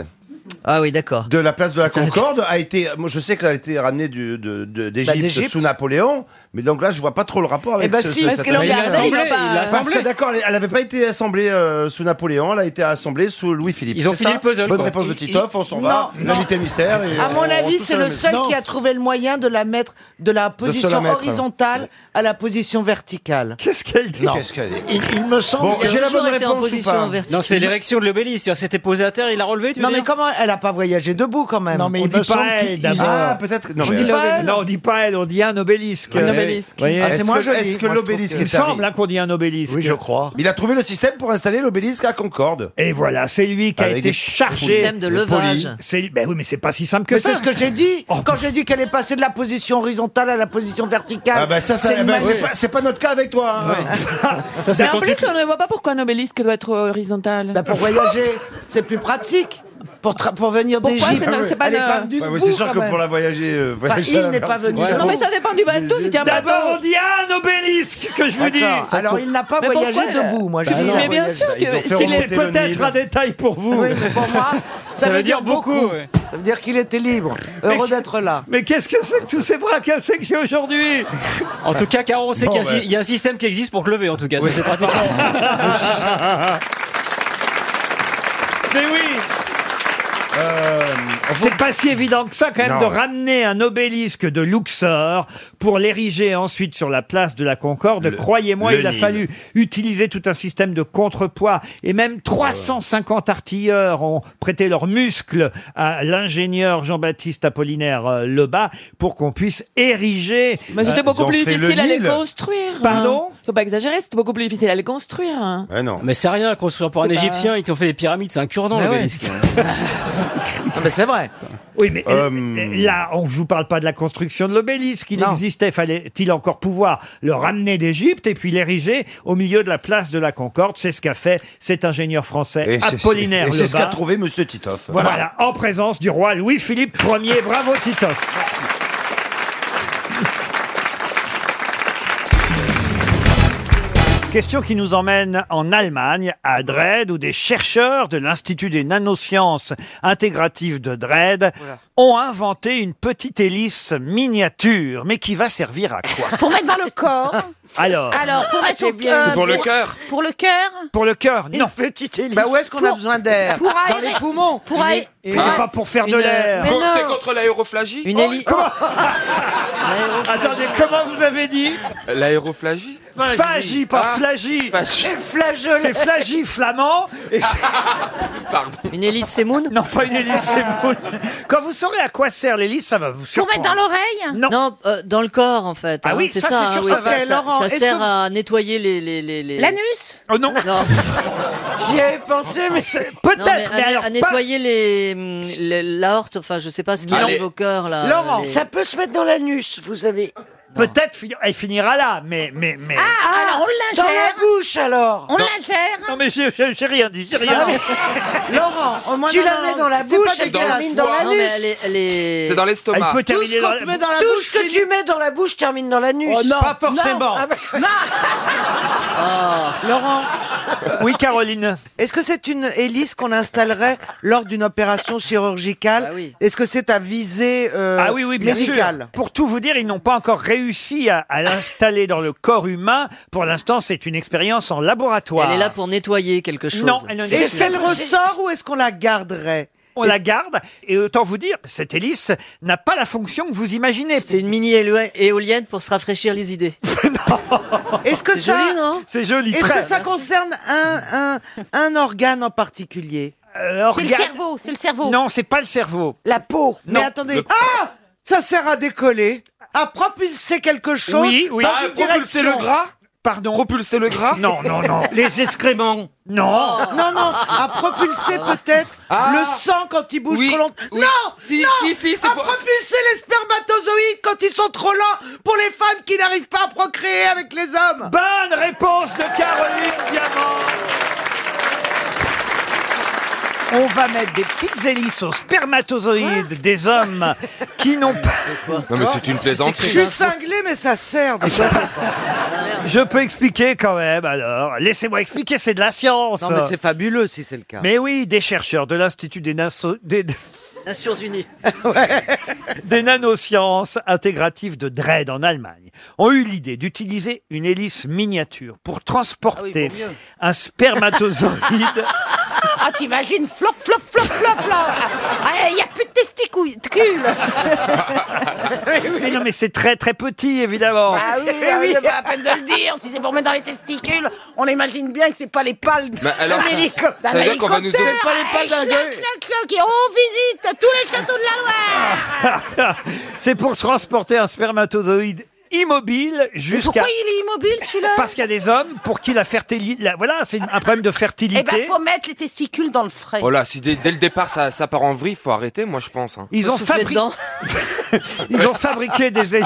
Ah oui, d'accord.
De la place de la Concorde a été. Moi, je sais qu'elle a été ramenée du- de- de- d'Égypte
Bah, d'Égypte.
sous Napoléon, mais donc là, je vois pas trop le rapport avec.
Eh ben
ce-
si,
ce-
parce
cette
que l'on
année.
l'a Mais il l'a assemblée, assemblée, il l'a
Parce
assemblée.
que d'accord, elle n'avait pas été assemblée euh, sous Napoléon, elle a été assemblée sous Louis-Philippe.
Ils ont
C'est
fini
ça
le puzzle,
Bonne
quoi.
réponse de
Il-
Titoff,
il-
on s'en
non,
va.
non.
L'invité mystère. et
À
on-
mon
on
avis,
tous
c'est
à la
le
maison.
seul
Non.
qui a trouvé le moyen de la mettre de la position
la mettre.
horizontale à la position verticale.
Qu'est-ce qu'elle dit
Qu'est-ce qu'elle est
Il, il me semble
Bon,
que-
j'ai la bonne réponse ou pas
Non, c'est l'érection de l'obélisque. C'est-à-dire, C'était posé à terre, il l'a relevé, tu
Non
veux
mais
dire
comment elle a pas voyagé debout quand même
Non, mais
On
il
dit
me semble
pas
qu'il-
elle,
il-
d'abord.
Ah,
peut-être.
Non,
On
mais
dit
alors-
pas elle.
Non, on dit pas elle, on dit un obélisque.
Un obélisque.
Voyez,
Ah, c'est
est-ce
moi
que-
joli.
Est-ce que
Moi, je trouve
l'obélisque
que-
Il me semble hein, qu'on dit un obélisque.
Oui, je crois. Il a trouvé le système pour installer l'obélisque à Concorde.
Et voilà, c'est lui qui a
Avec
été
des-
chargé.
des systèmes de
Le
levage.
poli. C'est, ben oui, mais c'est pas si simple que
Mais
ça. Oh,
c'est ce que j'ai dit
Oh, bah.
quand j'ai dit qu'elle est passée de la position horizontale à la position verticale.
Ah bah ça, ça-
c'est
eh ben,
une
c'est
mani-
pas, c'est pas notre cas avec toi. hein.
Mais en plus, on ne voit pas pourquoi un obélisque doit être horizontal.
Bah, pour voyager, c'est plus pratique. Pour, tra- pour venir
Pourquoi
d'Égypte,
c'est-
elle
c'est pas
est
de-
pas
Ah,
venue
Bah
debout
oui, c'est sûr
quand
que
même.
pour la voyager. euh,
Enfin,
voyager
il
à la
n'est pas
verticale.
venu Ouais.
Non, mais ça dépend du bateau. Si tu as un bateau.
D'abord, on dit ah, un obélisque que je vous dis.
D'accord. Alors, il n'a pas
Mais
voyagé
pourquoi, euh,
debout, moi je
Bah
dis.
non, Mais bien voyage- sûr bah, ils que- ont fait
C'est
remonter le
peut-être
Nil.
un détail pour vous.
Oui, mais pour moi, ça, veut dire beaucoup.
ouais.
Ça veut dire qu'il était libre, heureux d'être là.
Mais qu'est-ce que c'est que tous ces bras cassés que j'ai aujourd'hui
En tout cas, Caro, on sait
Bon,
qu'il y a un
ouais.
si- il y, a un système qui existe pour te lever, en tout cas. ça, c'est pratique.
Mais oui C'est pas si évident que ça quand même
Euh, Non.
de ramener un obélisque de Luxor pour l'ériger ensuite sur la place de la Concorde. Croyez-moi,
le
il a
Nil.
fallu utiliser tout un système de contrepoids et même 350 artilleurs ont prêté leurs muscles à l'ingénieur Jean-Baptiste Apollinaire euh, Lebas pour qu'on puisse ériger.
Mais Bah, c'était
euh,
beaucoup plus difficile à les construire. hein.
Pardon
Faut pas exagérer, c'était beaucoup plus difficile à les construire. hein.
Mais c'est rien à construire pour un
C'est pas-
Égyptien et qui ont fait des pyramides, c'est un cure-dent
Mais
l'obélisque.
Ah,
mais c'est vrai.
Oui, mais euh,
Euh,
là, on ne vous parle pas de la construction de l'obélisque. Il existait, fallait-il encore pouvoir le ramener d'Égypte et puis l'ériger au milieu de la place de la Concorde. C'est ce qu'a fait cet ingénieur français,
Et c'est-
Apollinaire
et C'est ce
Lebas.
qu'a trouvé Monsieur Titoff.
Voilà, en présence du roi Louis-Philippe Ier. Bravo Titoff. Question qui nous emmène en Allemagne, à Dresde, où des chercheurs de l'Institut des nanosciences intégratives de Dresde ont inventé une petite hélice miniature, mais qui va servir à quoi
Pour mettre dans le corps.
Ah.
Alors,
Alors, pour mettre au
Ah, bien.
euh,
C'est pour le cœur.
Pour le cœur.
pour le cœur, non.
petite hélice. Bah où est-ce qu'on a besoin d'air
Pour
Dans
aérer.
les poumons.
Pour aérer.
Mais c'est pas pour faire de l'air.
C'est contre l'aéroflagie
Oh,
Une hélice.
Oh. Attendez, comment vous avez dit
L'aéroflagie
Phagie, pas
Ah,
flagie.
flagie.
C'est Ah. flagie flamand. Et
Pardon.
Une hélice Semoun Non, pas une hélice Semoun. Quand vous saurez à quoi sert l'hélice, ça va vous
Pour
surprendre.
mettre dans l'oreille.
Non.
euh, dans le corps, en fait. hein,
Ah oui, ça, c'est sûr,
oui.
ça va. Ok, Laurent,
ça
est-ce
sert
que-
à nettoyer les. les, les, les- L'anus
Oh non
J'y avais pensé,
mais c'est.
Non, mais à, à nettoyer les, hum, les- l'aorte, enfin, je sais pas ce qui
Allez.
arrive au cœur, là. les-
peut se mettre dans l'anus, vous avez. Peut-être fi- elle finira là, mais. mais, mais...
Ah, alors on
Dans
l'ingère.
la bouche alors
On l'ingère.
Non, mais j'ai- j'ai j'ai rien dit, j'ai rien
Ah,
dit.
Laurent, au moins
Tu
non,
la
non,
mets
non,
dans la
c'est
bouche
pas
et tu la
dégueulasse.
mets dans l'anus. Non, mais elle est- elle est- C'est dans l'estomac.
Elle peut
Tout ce
terminer
qu'on
dans
te
la-
met dans la
Tout
bouche,
ce que
c'est-
tu
mets dans la Ah, bah, bouche termine dans l'anus.
Pas forcément.
Non.
Laurent,
Oui, Caroline.
Est-ce que c'est une hélice qu'on installerait lors d'une opération chirurgicale Est-ce que c'est à visée euh,
Ah oui, oui, bien
médicale
sûr. Pour tout vous dire, ils n'ont pas encore réussi à, à l'installer dans le corps humain. Pour l'instant, c'est une expérience en laboratoire.
Elle est là pour nettoyer quelque chose.
Non, elle ne
Est-ce qu'elle ressort ou est-ce qu'on la garderait
On la garde, et autant vous dire, cette hélice n'a pas la fonction que vous imaginez.
C'est une mini éolienne pour se rafraîchir les idées.
Est-ce que
C'est
ça
joli, non C'est joli,
Est-ce
très.
que ça
Merci.
concerne un, un, un organe en particulier
organe-
cerveau, c'est le cerveau.
Non, c'est pas le cerveau.
La peau.
Non.
Mais attendez.
Le-
Ah Ça sert à décoller, à propulser quelque chose.
Oui, oui.
dans
Ah,
une
propulser
direction.
le gras Pardon. Propulser le gras Non, non, non. Les excréments Non.
Oh. Non, non, à propulser peut-être
Ah.
le sang quand il bouge trop longtemps. Non
Si,
non
si, si, c'est
À
pour-
propulser les spermatozoïdes quand ils sont trop lents pour les femmes qui n'arrivent pas à procréer avec les hommes.
Bonne réponse de Caroline Diamant On va mettre des petites hélices aux spermatozoïdes des hommes qui n'ont pas...
Non, mais c'est une plaisanterie.
Je suis cinglé, mais ça sert.
Ah,
c'est quoi, ça
Je peux expliquer quand même, alors. Laissez-moi expliquer, c'est de la science.
Non, mais c'est hein. fabuleux si c'est le cas.
Mais oui, des chercheurs de l'Institut des, Naso- des-
Nations Unies.
des nanosciences intégratives de Dresde en Allemagne ont eu l'idée d'utiliser une hélice miniature
Ah
pour transporter
vaut mieux.
un spermatozoïde
Ah, t'imagines, flop, flop, flop, flop, là Ah, il n'y a plus de testicules
Ah. Mais non, mais c'est très très petit, évidemment.
Ah oui,
Eh
bah oui, c'est pas la peine de le dire. Si c'est pour mettre dans les testicules, on imagine bien que c'est pas les pales
Mais Bah, alors,
d'un
ça-
hélicoptère.
ça veut dire qu'on va nous-
Hélicoptère.
C'est pas les pales d'un
Eh, chlac,
gueux.
chlac, chlac, et on visite tous les châteaux de la Loire.
c'est pour transporter un spermatozoïde immobile jusqu'à...
Pourquoi il est immobile celui-là
Parce qu'il y a des hommes pour qui la fertilité... la- Voilà, c'est un problème de fertilité.
Eh ben, faut mettre les testicules dans le frais.
Oh là, si dès, dès le départ ça, ça part en vrille, faut arrêter, moi je pense. hein.
Ils ont, fabri- Ils ont fabriqué des...
Ça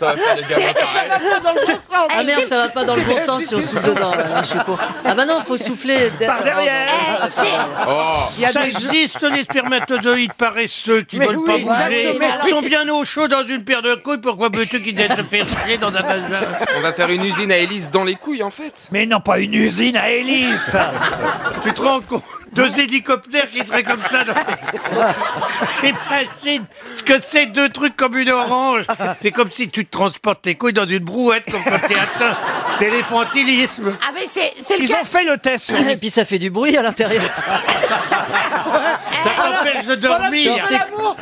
va faire des gamins pareils.
Ah merde, ça va pas dans le bon sens si on souffle dedans. là, là, je suis con. Ah bah non, faut souffler Ah,
Par derrière.
Oh.
Il y a
ça
des-
existe les spermatozoïdes paresseux qui
Mais
veulent
oui,
pas bouger.
exactement.
Ils sont bien au chaud dans une paire de couilles. Pourquoi veux-tu qu'ils aient se faire chier dans un bazar
On va faire une usine à hélice dans les couilles en fait.
Mais non, pas une usine à hélice
Tu te rends compte Deux hélicoptères qui seraient comme ça. Dans... Imagine ce que c'est deux trucs comme une orange. C'est comme si tu te transportes les couilles dans une brouette comme quand t'es atteint d'éléphantilisme.
Ah, mais c'est c'est le
Ils
cas.
ont fait le test
sur-
Et puis ça fait du bruit à l'intérieur.
Ça t'empêche de dormir.
C'est-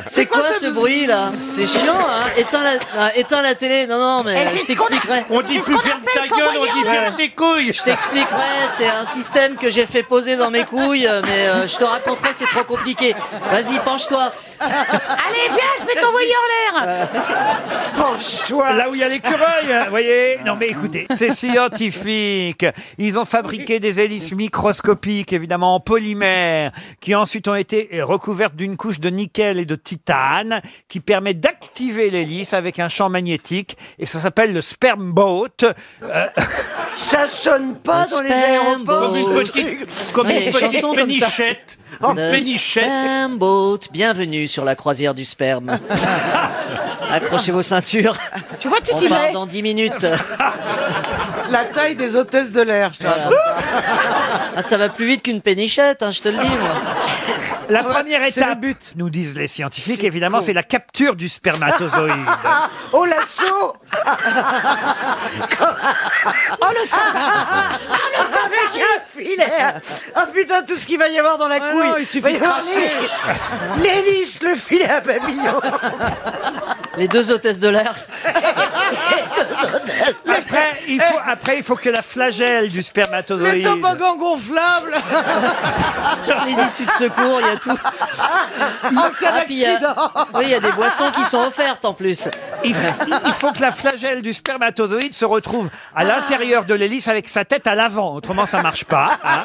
C'est quoi, ce bruit là C'est chiant, hein éteins la, ah, éteins la télé. Non, non, mais
Eh,
je
c'est ce qu'on
t'expliquerai.
On dit c'est ce plus qu'on ferme ta appelle gueule, on dit s'envoyer en ferme l'air. tes couilles.
Je t'expliquerai, c'est un système que j'ai fait poser dans mes couilles, euh, mais euh, je te raconterai, c'est trop compliqué. Vas-y, penche-toi.
Allez, viens, je vais t'envoyer en l'air.
Euh,
Penche-toi Là où il y a l'écureuil, hein, vous voyez Non mais écoutez, c'est scientifique Ils ont fabriqué des hélices microscopiques, évidemment en polymère, qui ensuite ont été recouvertes d'une couche de nickel et de titane, qui permet d'activer l'hélice avec un champ magnétique, et ça s'appelle le sperm boat. Euh, ça sonne
pas Le dans les sperm aéroports. boat. Comme une petite- comme une petite pénichette. Une
Le
pénichette.
sperm boat. Bienvenue sur la croisière du sperme. Accrochez vos ceintures.
Tu vois, tu
On
t'y
part
mets.
dans 10 minutes.
La taille des hôtesses de l'air, je te
Voilà. Ah, ça va plus vite qu'une pénichette, hein, je te le dis, moi.
La première étape, nous disent les scientifiques, évidemment, c'est la capture du spermatozoïde.
Oh l'assaut
Oh, le sang
le Ah, avec un filet Oh putain, tout ce qu'il va y avoir dans la couille
non, il suffit
Va y
de
avoir les-
cracher.
L'hélice, le filet à papillon
Les deux hôtesses de l'air.
Après, il faut, après, il faut que la flagelle du
Le
spermatozoïde.
toboggan gonflable
Les issues de secours, il y a tout.
En cas
Ah, puis il y a-
d'accident
Oui, il y a des boissons qui sont offertes en plus.
Il, il faut que la flagelle du spermatozoïde se retrouve à l'intérieur de l'hélice avec sa tête à l'avant. Autrement, ça marche pas. hein.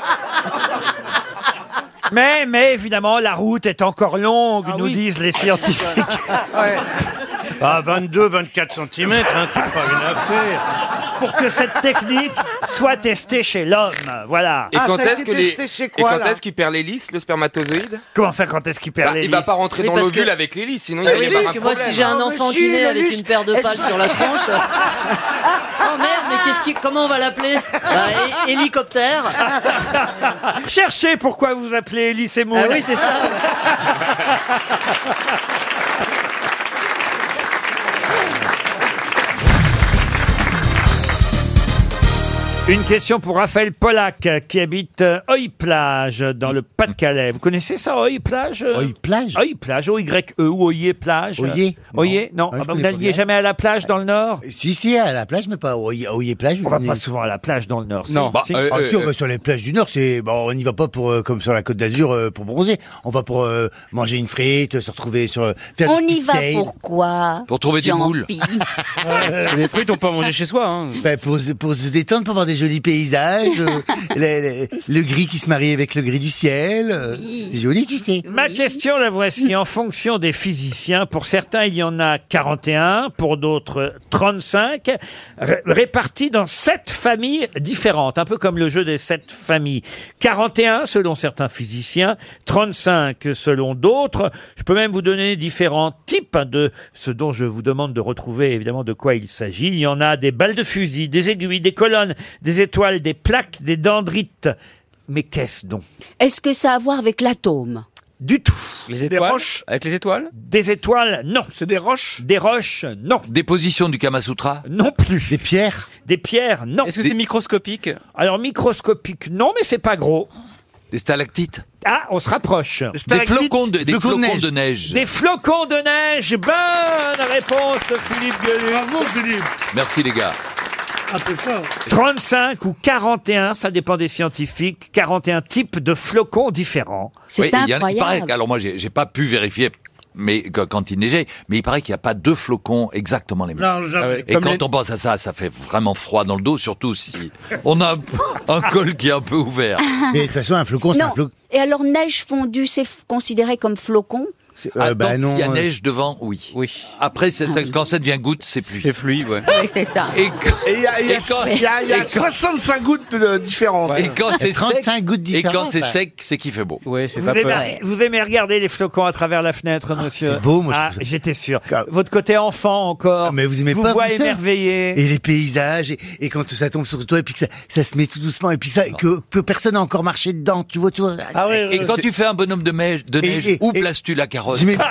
Mais, mais évidemment, la route est encore
Ah
longue, nous disent les scientifiques.
Ah, 22, 24 cm, hein, c'est pas une affaire.
Pour que cette technique soit testée chez l'homme. Voilà.
Ah,
Et quand est-ce que les- et quand est-ce qu'il perd l'hélice, le spermatozoïde
Comment ça, quand est-ce qu'il perd
Bah,
l'hélice
Il va pas rentrer
Oui,
dans
parce
l'ovule
que-
avec l'hélice, sinon il
Ah
va
oui,
y avoir
parce
un
que moi, si
Ah,
problème.
j'ai un enfant qui naît avec une paire de pales sur la tronche. euh, Oh merde, mais qu'est-ce qui. Comment on va l'appeler Bah, hé- Hélicoptère.
Cherchez pourquoi vous appelez Elie Semoun.
Ah oui, c'est ça.
Une question pour Raphaël Pollack euh, qui habite Oeil-Plage dans le Pas-de-Calais. Vous connaissez ça, Oeil-Plage Oeil-Plage Oeil-Plage, O-Y-E ou Oyer-Plage
Oyer
Oyer Non,
Ah, je
Ah bah, vous
connais pas
n'alliez
bien.
jamais à la plage dans le Nord
Si, si, à la plage, mais pas au plage.
On va pas souvent à la plage dans le Nord. si. Si.
Ah, si, on va sur les plages du Nord, c'est bon, on n'y va pas pour euh, comme sur la Côte d'Azur euh, pour bronzer. On va pour euh, manger une frite, se retrouver sur faire
On
du
y
speed
va
sail.
pourquoi
Pour trouver des moules.
Jean-Pi
les fruits, on peut manger chez soi. hein. Ben, pour, se- pour se détendre, pour voir des jolis paysages, euh, les- les- le gris qui se marie avec le gris du ciel. euh, C'est joli, tu sais.
Ma question, la voici. En fonction des physiciens, pour certains, il y en a 41, pour d'autres, euh, 35, ré- répartis dans sept familles différentes, un peu comme le jeu des sept familles. 41 selon certains physiciens, 35 selon d'autres. Je peux même vous donner différents types de ce dont je vous demande de retrouver évidemment de quoi il s'agit. Il y en a des balles de fusil, des aiguilles, des colonnes, des étoiles, des plaques, des dendrites. Mais qu'est-ce donc
Est-ce que ça a à voir avec l'atome
du tout.
Les étoiles Avec les étoiles
Des étoiles, non.
C'est des roches
Des roches, non.
Des positions du Kama Sutra
Non plus.
Des pierres
Des pierres, non.
Est-ce que c'est microscopique
Alors microscopique, non, mais c'est pas gros.
Des stalactites
Ah, on se rapproche.
Des flocons de, des
Flocons de
flocons
neige.
de neige.
Des flocons de neige. Bonne réponse de Philippe Gueluc. Bravo Philippe.
Merci les gars.
Ah,
35 ou 41, ça dépend des scientifiques, 41 types de flocons différents.
Oui, il y en a- il paraît, alors moi, j'ai j'ai pas pu vérifier. Mais que- quand il neigeait, mais il paraît qu'il n'y a pas deux flocons exactement les mêmes.
Non, jamais. Ah ouais,
Et
comme
quand
les-
on pense à ça, ça fait vraiment froid dans le dos, surtout si on a un- un col qui est un peu ouvert.
Ah.
Mais de toute façon, un flocon, c'est un
Non.
flocon.
Et alors, neige fondue, c'est f- considéré comme flocon
Ah,
bah
quand
non,
il y a
euh.
neige devant, oui. Oui. Après, c'est- c'est- quand ça devient goutte, c'est plus. C'est fluide, ouais.
Oui, c'est ça.
Et quand-
Et il y a, il y a-
et quand-
il y a- il y a
et quand-
65 gouttes de- différentes.
Et quand c'est sec, et quand
différentes.
c'est sec, c'est qu'il fait beau. Oui, c'est
Vous aimez, vous aimez regarder les flocons à travers la fenêtre, monsieur
c'est beau, moi, je
Ah,
trouve ça- Ah,
j'étais sûr. Votre côté enfant encore.
mais vous aimez
vous
pas
voit
ça
émerveillé.
Et les paysages, et, et quand ça tombe sur toi, et puis que ça, ça se met tout doucement, et puis que ça, que, que personne n'a encore marché dedans, tu vois, tu vois.
et quand tu fais un bonhomme de neige, de
Et-
neige
et-
où
et- Ah,
places-tu la carotte
J'aimais- Moi,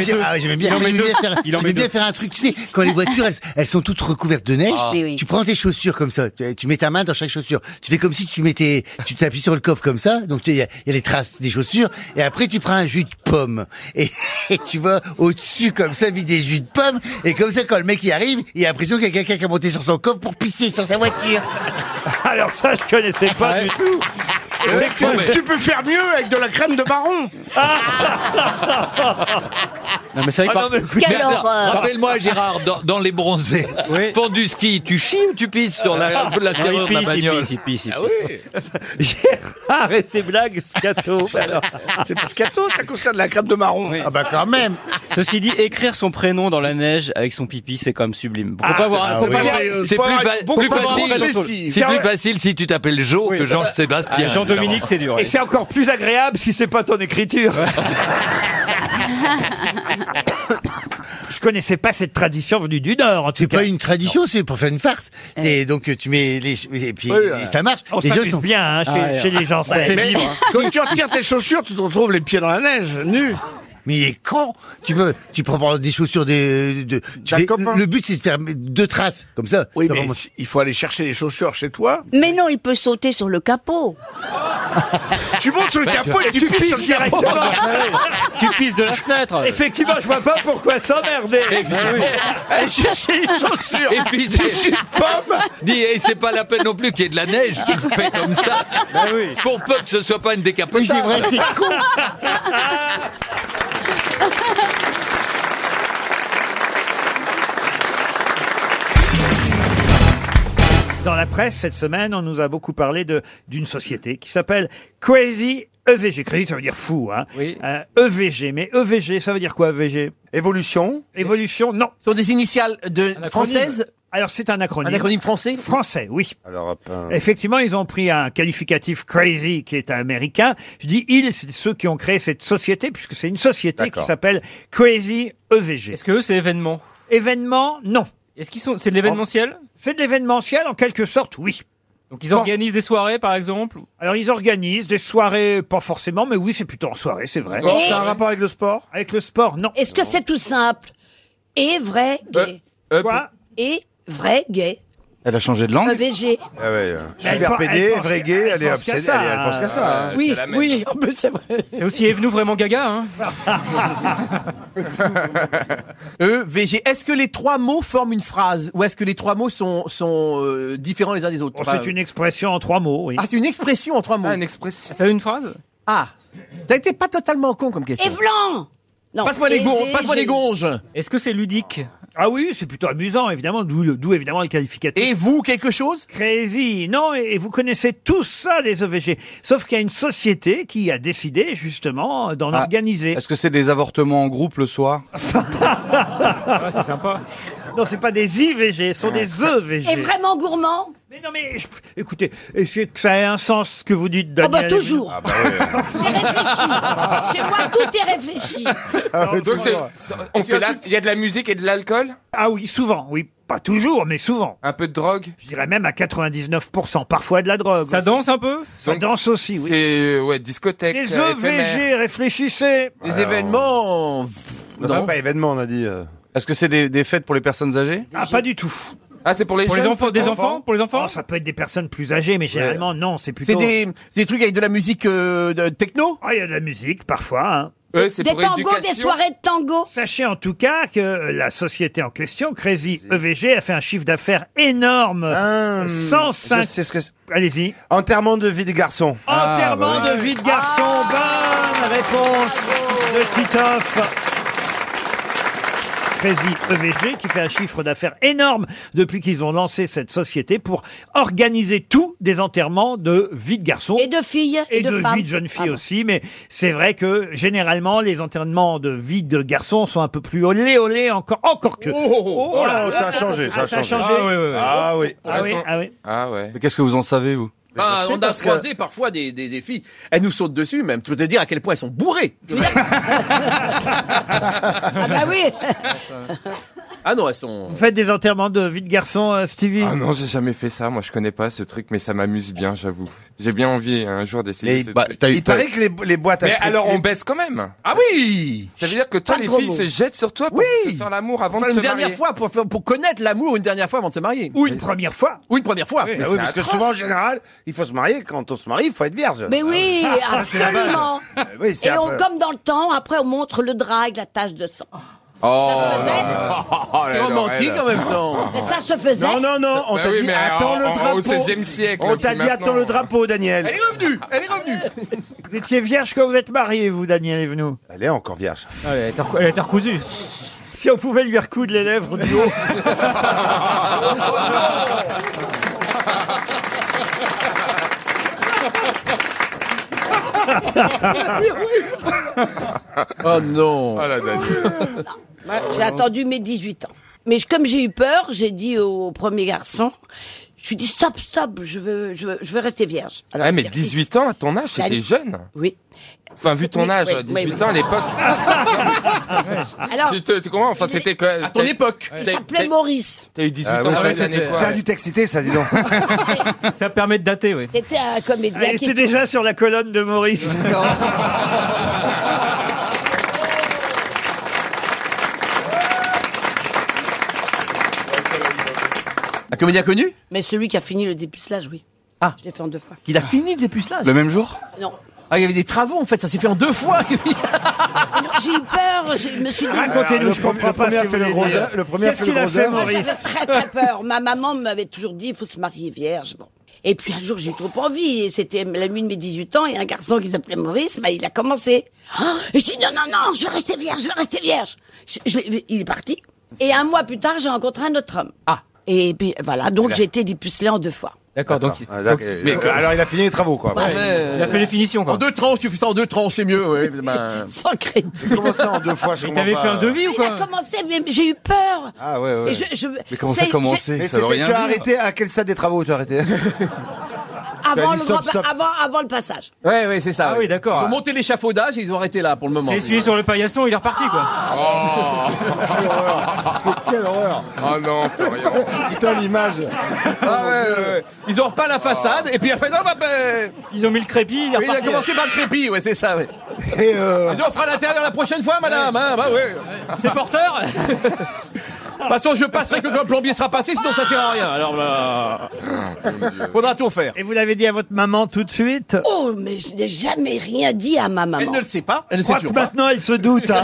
j'ai- ah, j'aimais bien, j'aimais bien faire, j'aimais bien faire un truc, tu sais, quand les voitures, elles, elles sont toutes recouvertes de neige,
Ah. Oui, oui.
tu prends tes chaussures comme ça, tu, tu mets ta main dans chaque chaussure, tu fais comme si tu mettais, tu t'appuies sur le coffre comme ça, donc tu- il y, a il y a les traces des chaussures, et après tu prends un jus de pomme, et, et tu vas au-dessus comme ça, vider jus de pomme, et comme ça, quand le mec y arrive, il a l'impression qu'il y a quelqu'un qui a monté sur son coffre pour pisser sur sa voiture.
Alors ça, je connaissais pas du tout.
Euh, tu, tu peux faire mieux avec de la crème de baron.
Ah, Non, mais ça
par- Quelle horreur.
Rappelle-moi, Gérard, dans, dans les bronzés, font du ski, tu chies ou tu pisses sur la, la
Non,
serrure
il
de
pisse,
la
il
bagnole
pisse, il pisse, il
Ah oui.
Gérard et ses blagues, Scato.
C'est Piscato, ça concerne la crème de marron. Ah bah quand même.
Ceci dit, écrire son prénom dans la neige avec son pipi, c'est quand même sublime. Faut
Ah,
pas avoir-
ah
faut
oui.
pas avoir-
C'est- C'est
faut
plus,
avoir-
fa-
faut
plus
pas avoir-
facile. C'est plus facile si tu t'appelles Jo que Jean-Sébastien.
Ah, Jean-Dominique, c'est dur.
Et c'est encore plus agréable si c'est pas ton écriture. Je connaissais pas cette tradition venue du Nord, en tout
C'est
cas. Eh.
pas une tradition, c'est pour faire une farce. Et donc euh, tu mets les et puis
Oui, ouais.
ça marche.
On
les gens
s'amuse
sont-
bien, hein, chez- Ah, chez les gens, ouais. c'est
Mais-
libre, hein.
Quand tu retires tes chaussures, tu te retrouves les pieds dans la neige, nus.
Mais il est con. Tu peux, tu prends par exemple, des chaussures des, de, tu fais- le but c'est de faire deux traces comme ça.
Oui, mais il faut aller chercher les chaussures chez toi.
Mais non, il peut sauter sur le capot.
Tu montes sur le capot et tu pisses sur le capot.
Tu pisses de la fenêtre.
Effectivement, je vois pas pourquoi s'emmerder.
Ah
Allez chercher les chaussures.
Et puis
c'est une pomme.
Dis, et c'est pas la peine non plus qu'il y ait de la neige qui le fait comme ça. Pour peu que ce soit pas une décapotable.
Oui, c'est vrai, c'est con.
Dans la presse, cette semaine, on nous a beaucoup parlé de- d'une société qui s'appelle Crazy EVG. Crazy, ça veut dire fou, hein. Euh, EVG. Mais EVG, ça veut dire quoi, EVG Évolution Évolution, non. Ce sont des initiales de
françaises
Alors, c'est un acronyme.
Un acronyme français
Français, oui. Effectivement, ils ont pris un qualificatif crazy qui est américain. Je dis ils, c'est ceux qui ont créé cette société, puisque c'est une société qui
D'accord.
s'appelle Crazy EVG. Est-ce que eux, c'est événement Événement, non.
Est-ce qu'ils sont. C'est de l'événementiel
C'est de l'événementiel en quelque sorte, oui.
Donc ils organisent des soirées par exemple
Alors ils organisent des soirées, pas forcément, mais oui, c'est plutôt en soirée, c'est vrai.
Sport, Et- ça a un
rapport avec le sport Avec le sport, non.
Est-ce que c'est tout simple Et vrai gay.
Quoi
Et vrai gay.
Elle a changé de langue
EVG.
Ah ouais.
Super PD, vrai gay, elle est
obsédée, elle est- elle pense qu'à ça,
Ah,
hein.
Oui,
C'est la même.
oui,
en plus c'est vrai.
C'est aussi Evnou vraiment gaga, hein
Ah E, V, G. Est-ce que les trois mots forment une phrase Ou est-ce que les trois mots sont, sont euh, différents les uns des autres
Bon, Oh, c'est une expression en trois mots, oui. Ah,
Ah, c'est une expression en trois mots. une
expression. Ça a une phrase
Ah, t'as été pas totalement con comme question.
Evlan Non.
Passe-moi les gon-
EVG.
passe-moi les gonges.
Est-ce que c'est ludique
Ah oui, c'est plutôt amusant, évidemment, d'où le- d'où évidemment le qualificatif. Et
vous, quelque chose
Crazy, non, et et vous connaissez tous ça, les EVG. Sauf qu'il y a une société qui a décidé, justement, d'en
Ah.
organiser.
Est-ce que c'est des avortements en groupe le soir
Ah, c'est sympa.
Non, c'est pas des IVG, ce sont des EVG.
Et vraiment gourmand
Mais non mais je... Écoutez, essayez que ça ait un sens ce que vous dites, Daniel.
bah, toujours.
Ah
Chez moi tout est réfléchi.
Donc c'est- on fait la- Il y a de la musique et de l'alcool
Ah oui, souvent, oui. Pas toujours, mais souvent. Un peu de drogue Je dirais même à 99%, parfois de la drogue. Ça
danse un peu
Ça danse aussi, oui.
C'est ouais, discothèque.
Les
euh,
EVG, réfléchissez
Les événements.
Non, c'est pas événement, on a dit. euh. Est-ce que c'est des, des fêtes pour les personnes âgées
Ah, pas du tout.
Ah, c'est pour les jeunes, pour les enfants
Pour les enfants Oh, Ça peut être des personnes plus âgées, mais généralement, non, c'est
C'est
plutép
des, c'est des trucs avec de la musique euh, de- techno
Ah, il y a de la musique, parfois. Hein.
Des tangos, des soirées de tango.
Sachez en tout cas que euh, la société en question, Crazy EVG, a fait un chiffre d'affaires énorme. 105...
Ah, je sais ce que c'est.
Allez-y.
Enterrement de vie de garçon.
Enterrement
bah oui.
de vie de garçon. Bonne réponse de Titoff. Crazy EVG qui fait un chiffre d'affaires énorme depuis qu'ils ont lancé cette société pour organiser tout des enterrements de vie de garçons.
Et de filles.
Et,
de,
de,
femmes.
vie de jeunes filles
Ah bon.
aussi, mais c'est vrai que généralement les enterrements de vie de garçons sont un peu plus olé olé encore encore Ah, que.
Oh, ça a changé, ça a
Ah, ça a
changé.
changé.
Ah oui.
Ah oui, ah oui.
Ah ouais.
Mais qu'est-ce que vous en savez, vous
Ben,
Ah,
Je sais
on a
parce que-
croisé parfois des, des, des filles. Elles nous sautent dessus même. Tu veux te dire à quel point elles sont bourrées.
Ah bah oui.
Ah non, elles sont...
Vous faites des enterrements de vie de garçon, euh, Stevie
Ah non, j'ai jamais fait ça. Moi, je connais pas ce truc, mais ça m'amuse bien, Ah, j'avoue. J'ai bien envie un jour d'essayer.
Les-
ce
bah,
truc.
t'as eu- Il t'as- paraît que les- les boîtes à
Mais
strip-
alors,
les-
on baisse quand même.
Ah oui
Ça veut dire que toi,
Pas de
les
gros
filles
mots.
se jettent sur toi pour te faire l'amour avant
Enfin,
de
une
te
dernière
marier.
fois pour, faire- pour connaître l'amour une dernière fois avant de se marier.
Ou une première fois.
Ou une première fois.
Bah oui, parce que souvent, en général, il faut se marier. Quand on se marie, il faut être vierge.
Mais oui,
Ah, c'est la base.
absolument.
Eh
Euh, oui, c'est
Et
un
on,
peu-
comme dans le temps, après on montre le drag, la tache de sang.
Oh,
C'est romantique en même temps.
Mais ça se faisait.
Non, non, non, on
Bah
t'a
oui,
dit
mais
attends
en-
le
en- au
drapeau.
16e siècle,
On t'a
puis
dit attends
maintenant.
le drapeau, Daniel.
Elle est revenue Elle est revenue
Vous étiez vierge quand vous êtes marié, vous, Daniel Evenou
Elle est encore vierge.
Ah, Elle a été recou- elle a été recousue.
Si on pouvait lui recoudre les lèvres du haut.
Oh non
Ah la
Ouais, J'ai attendu mes 18 ans. Mais je- comme j'ai eu peur, j'ai dit au premier garçon, je lui ai dit stop, stop, je veux, je veux, je veux rester vierge.
Ouais, mais 18 ans, à ton âge,
La-
c'était jeune.
Oui.
Enfin, vu ton
Oui,
âge,
oui, oui,
18
oui.
ans à l'époque.
Alors,
Tu, te- tu comprends Enfin, c'était que. À
ton époque.
il
T'as
s'appelait Maurice.
t'as eu 18
Ah
ans,
oui,
t'as
ça,
eu l'année, quoi.
ça a dû t'exciter, ça, dis donc.
Ça permet de dater, oui.
C'était un comédien.
Elle
qui
était déjà sur la colonne de Maurice.
Un comédien connu
Mais celui qui a fini le dépucelage, oui.
Ah.
Je l'ai fait en deux fois.
Il a fini le dépucelage
Le même jour
Non.
Ah, il y avait des travaux en fait, ça s'est fait en deux fois
Ah, Non, J'ai eu peur, je me suis dit.
Ah, Racontez-nous,
Alors,
je
Ah, le premier-
comprends
le
pas
premier
ce
a
que
fait
vous
le
voulez
gros
dire.
œuf, le premier a
Qu'est-ce
fait le
qu'il a
gros
fait,
œuf.
Moi, J'avais
Maurice
très très peur. Ma maman m'avait toujours dit, il faut se marier vierge. Bon. Et puis un jour, j'ai eu trop envie. Et c'était la nuit de mes 18 ans. Et un garçon qui s'appelait Maurice, bah, il a commencé. Ah Et j'ai dit, non, non, non, je vais rester vierge, je vais rester vierge. Je- je l'ai- il est parti. Et un mois plus tard, j'ai rencontré un autre homme.
Ah.
Et puis voilà, donc
Voilà.
j'ai été dépucelée en deux fois.
D'accord, donc.
Ah, d'accord.
mais-
Euh, Alors, il a fini les travaux, quoi.
Ouais.
Il a fait les finitions,
En
quoi.
deux tranches, tu fais ça en deux tranches, c'est mieux, ouais. ben.
Sans crédit.
Comment ça, en deux fois je
Mais t'avais
comprends
fait
pas.
un devis ou
Il a
quoi
commencé, mais j'ai eu peur.
Ah ouais, ouais.
Et je- je-
Mais
comment ça
c'est-
commencer
Mais
Ça veut
c'était-
rien
tu as
dire.
arrêté à quel stade des travaux tu as arrêté
j'ai- avant,
T'as dit
le
stop,
grand-
stop.
avant, avant le passage.
Ouais, ouais, c'est ça.
Ah
ouais.
oui, d'accord.
Ils ont monté l'échafaudage et Ah, ils ont arrêté là pour le moment. Oh.
C'est essuyé sur le paillasson, il est reparti, quoi. Ah,
Quelle horreur
Oh non,
Putain, l'image Ah ouais, ouais, ouais. Ils ont repeint la façade et puis après, non, bah, Ils ont mis le crépi,
est
il a
reparti.
commencé par le crépi, ouais, c'est ça, ouais. Et on fera l'intérieur la prochaine fois, madame, hein, bah ouais. C'est porteur De toute façon, je passerai que quand le plombier sera passé, sinon ça sert à rien. Alors bah. là. Faudra tout faire.
Et vous l'avez dit à votre maman tout de suite
Oh, mais je n'ai jamais rien dit à ma maman.
Elle ne le sait pas. Elle
Je
ne sait
crois
toujours
que
pas.
maintenant, elle se doute. hein.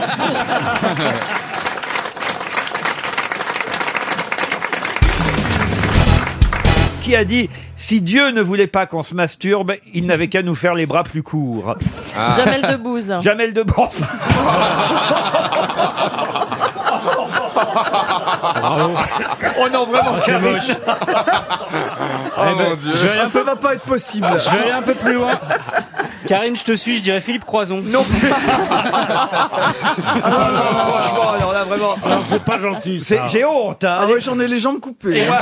Qui a dit si Dieu ne voulait pas qu'on se masturbe, il n'avait qu'à nous faire les bras plus courts. Ah.
Jamel Debbouze.
Jamel Debbouze. Ah, Oh non,
Ah,
vraiment,
c'est
Karine.
moche.
Eh ben, je vais aller un peu-
va pas être possible. Je vais aller un peu plus loin. Karine, je te suis, je dirais Philippe Croison. Non.
Ah, franchement, alors là, vraiment.
c'est pas gentil.
C'est- J'ai honte. hein.
Ah ouais, j'en ai les jambes coupées.
Et moi,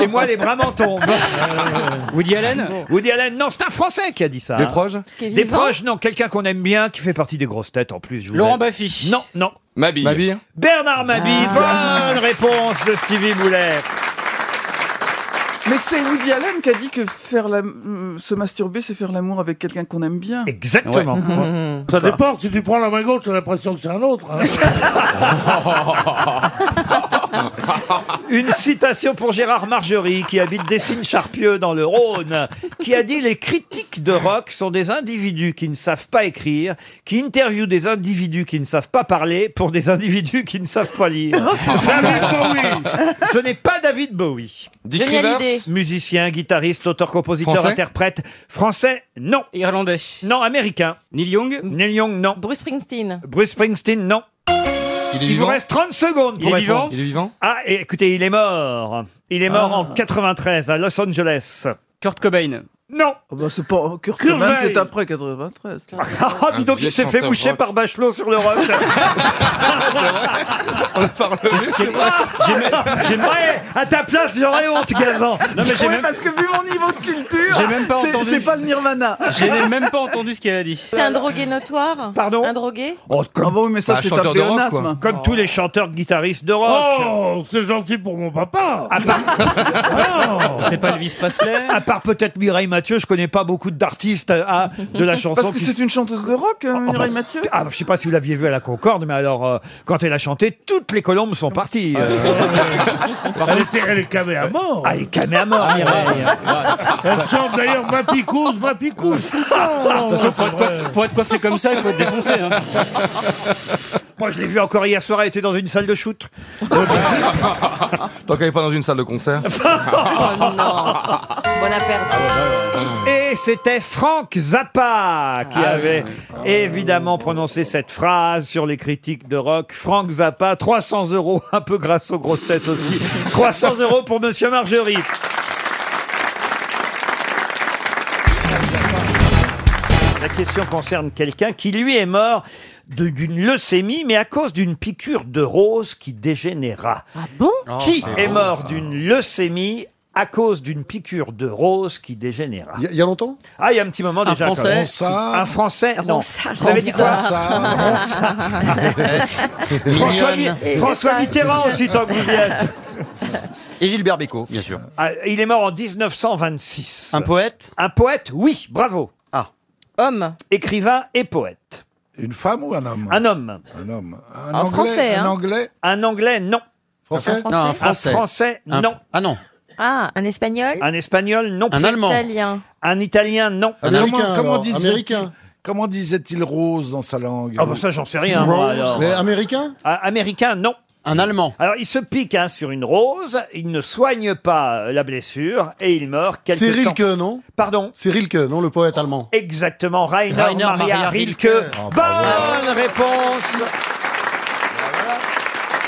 et moi, les bras m'en tombent.
hein.
Woody Allen
Woody Allen, non, c'est un Français qui a dit ça.
Des
hein.
proches Ah, Qui est
Des
vivant
proches, non, quelqu'un qu'on aime bien, qui fait partie des grosses têtes en plus. je vous
Laurent
aime.
Baffy.
Non, non.
Mabille. Mabille.
Bernard Mabille,
Ah.
bonne réponse de Stevie Boulet.
Mais c'est Woody Allen qui a dit que faire la... euh, se masturber, c'est faire l'amour avec quelqu'un qu'on aime bien. Mhm.
Exactement.
Ça dépend, si tu prends la main gauche, j'ai l'impression que c'est un autre. hein.
Une citation pour Gérard Margerie, qui habite Dessines-Charpieu dans le Rhône, qui a dit Les critiques de rock sont des individus qui ne savent pas écrire, qui interviewent des individus qui ne savent pas parler pour des individus qui ne savent pas lire.
David
Bowie Ce n'est pas David Bowie.
Dick Géniale Rivers idée.
Musicien, guitariste, auteur, compositeur,
Français
interprète. Français, non. Irlandais. Non, américain. Neil Young Neil Young, non.
Bruce Springsteen.
Bruce Springsteen, non. Il, vous
vivant
reste 30 secondes pour
Il est
répondre.
vivant Il est vivant
Ah, et écoutez, il est mort. Il est
Ah.
mort en 93 à Los Angeles. Kurt Cobain. Non.
Ah bah,
c'est pas Euh, Kurt
Kurt
Cobain,
Cobain.
c'est après 93.
Ah, dis donc, il s'est fait boucher par Bachelot sur le rock. Ah, J'aimerais, à ta place, j'aurais honte, Gazan.
Non, mais j'ai même-
que vu mon niveau de culture,
J'ai même pas
c'est-
entendu.
c'est pas le Nirvana.
Je n'ai même pas entendu ce qu'elle a dit.
C'est un drogué notoire Pardon Un drogué
ah
oui, mais
Bah,
ça, c'est un pléonasme.
Comme tous les chanteurs guitaristes de rock.
Oh, c'est gentil pour mon papa. Oh.
C'est pas Elvis Presley. À part peut-être Mireille Mathieu, je connais pas beaucoup d'artistes euh, ah, de la chanson.
Parce que
qui-
c'est une chanteuse de rock, euh, Mireille Mathieu
Ah, je sais pas si vous l'aviez vu à la Concorde, mais alors, euh, quand elle a chanté, toutes les colombes sont parties.
Ah
Euh,
Elle, était, elle est camée à mort.
Ah, elle est camée à mort, Mireille.
Elle chante d'ailleurs ma picouse, ma picouse. tout le temps.
Attention, pour être coiffé-
pour être coiffé comme ça, il faut être défoncé. Moi, je l'ai vu encore hier soir, elle était dans une salle de shoot.
Tant qu'elle est pas dans une salle de concert.
Oh,
Bon
Et c'était Franck Zappa qui
Ah,
avait évidemment prononcé cette phrase sur les critiques de rock. Franck Zappa, 300 euros, un peu grâce aux grosses têtes aussi. 300 euros pour Monsieur Margerie. La question concerne quelqu'un qui, lui, est mort de- d'une leucémie, mais à cause d'une piqûre de rose qui dégénéra. Ah bon Qui
Oh, c'est
est
bon,
mort
ça.
d'une leucémie à cause d'une piqûre de rose qui dégénéra Il y, a longtemps Ah, il y a un petit moment
Un
déjà. quand
Français
même.
Ronsard.
Un Français Non.
Ronsard.
Vous avez dit quoi
Ronsard.
Ronsard. François, Mi-
Et-
François
et-
Mitterrand aussi, tant que vous y êtes.
Et Gilbert Bécaud, bien sûr.
Ah, il est mort en 1926. Un poète Un poète, oui, bravo. Ah. Homme Écrivain et poète. Une femme ou un homme Un homme. Un homme.
Un Anglais, Français, un hein.
anglais Un anglais, non.
Français Un Français
Un français,
Un Français. Un-
non. Ah non.
Ah, un espagnol
Un espagnol, non.
Un
plus.
Allemand. Italien.
Un italien, non.
Un Américain, Comment- comment alors. disait-il-
Américain.
Comment disait-il rose dans sa langue
Ah bah ça j'en sais rien. moi, alors.
américain
Ah, américain, non. Un Allemand. Alors il se pique hein, sur une rose, il ne soigne pas euh, la blessure et il meurt quelques
C'est
temps.
Rilke, non
Pardon
C'est Rilke, non, le poète allemand
Exactement, Rainer,
Rainer
Maria,
Oh,
Maria
Rilke.
Rilke. Ah,
Bonne réponse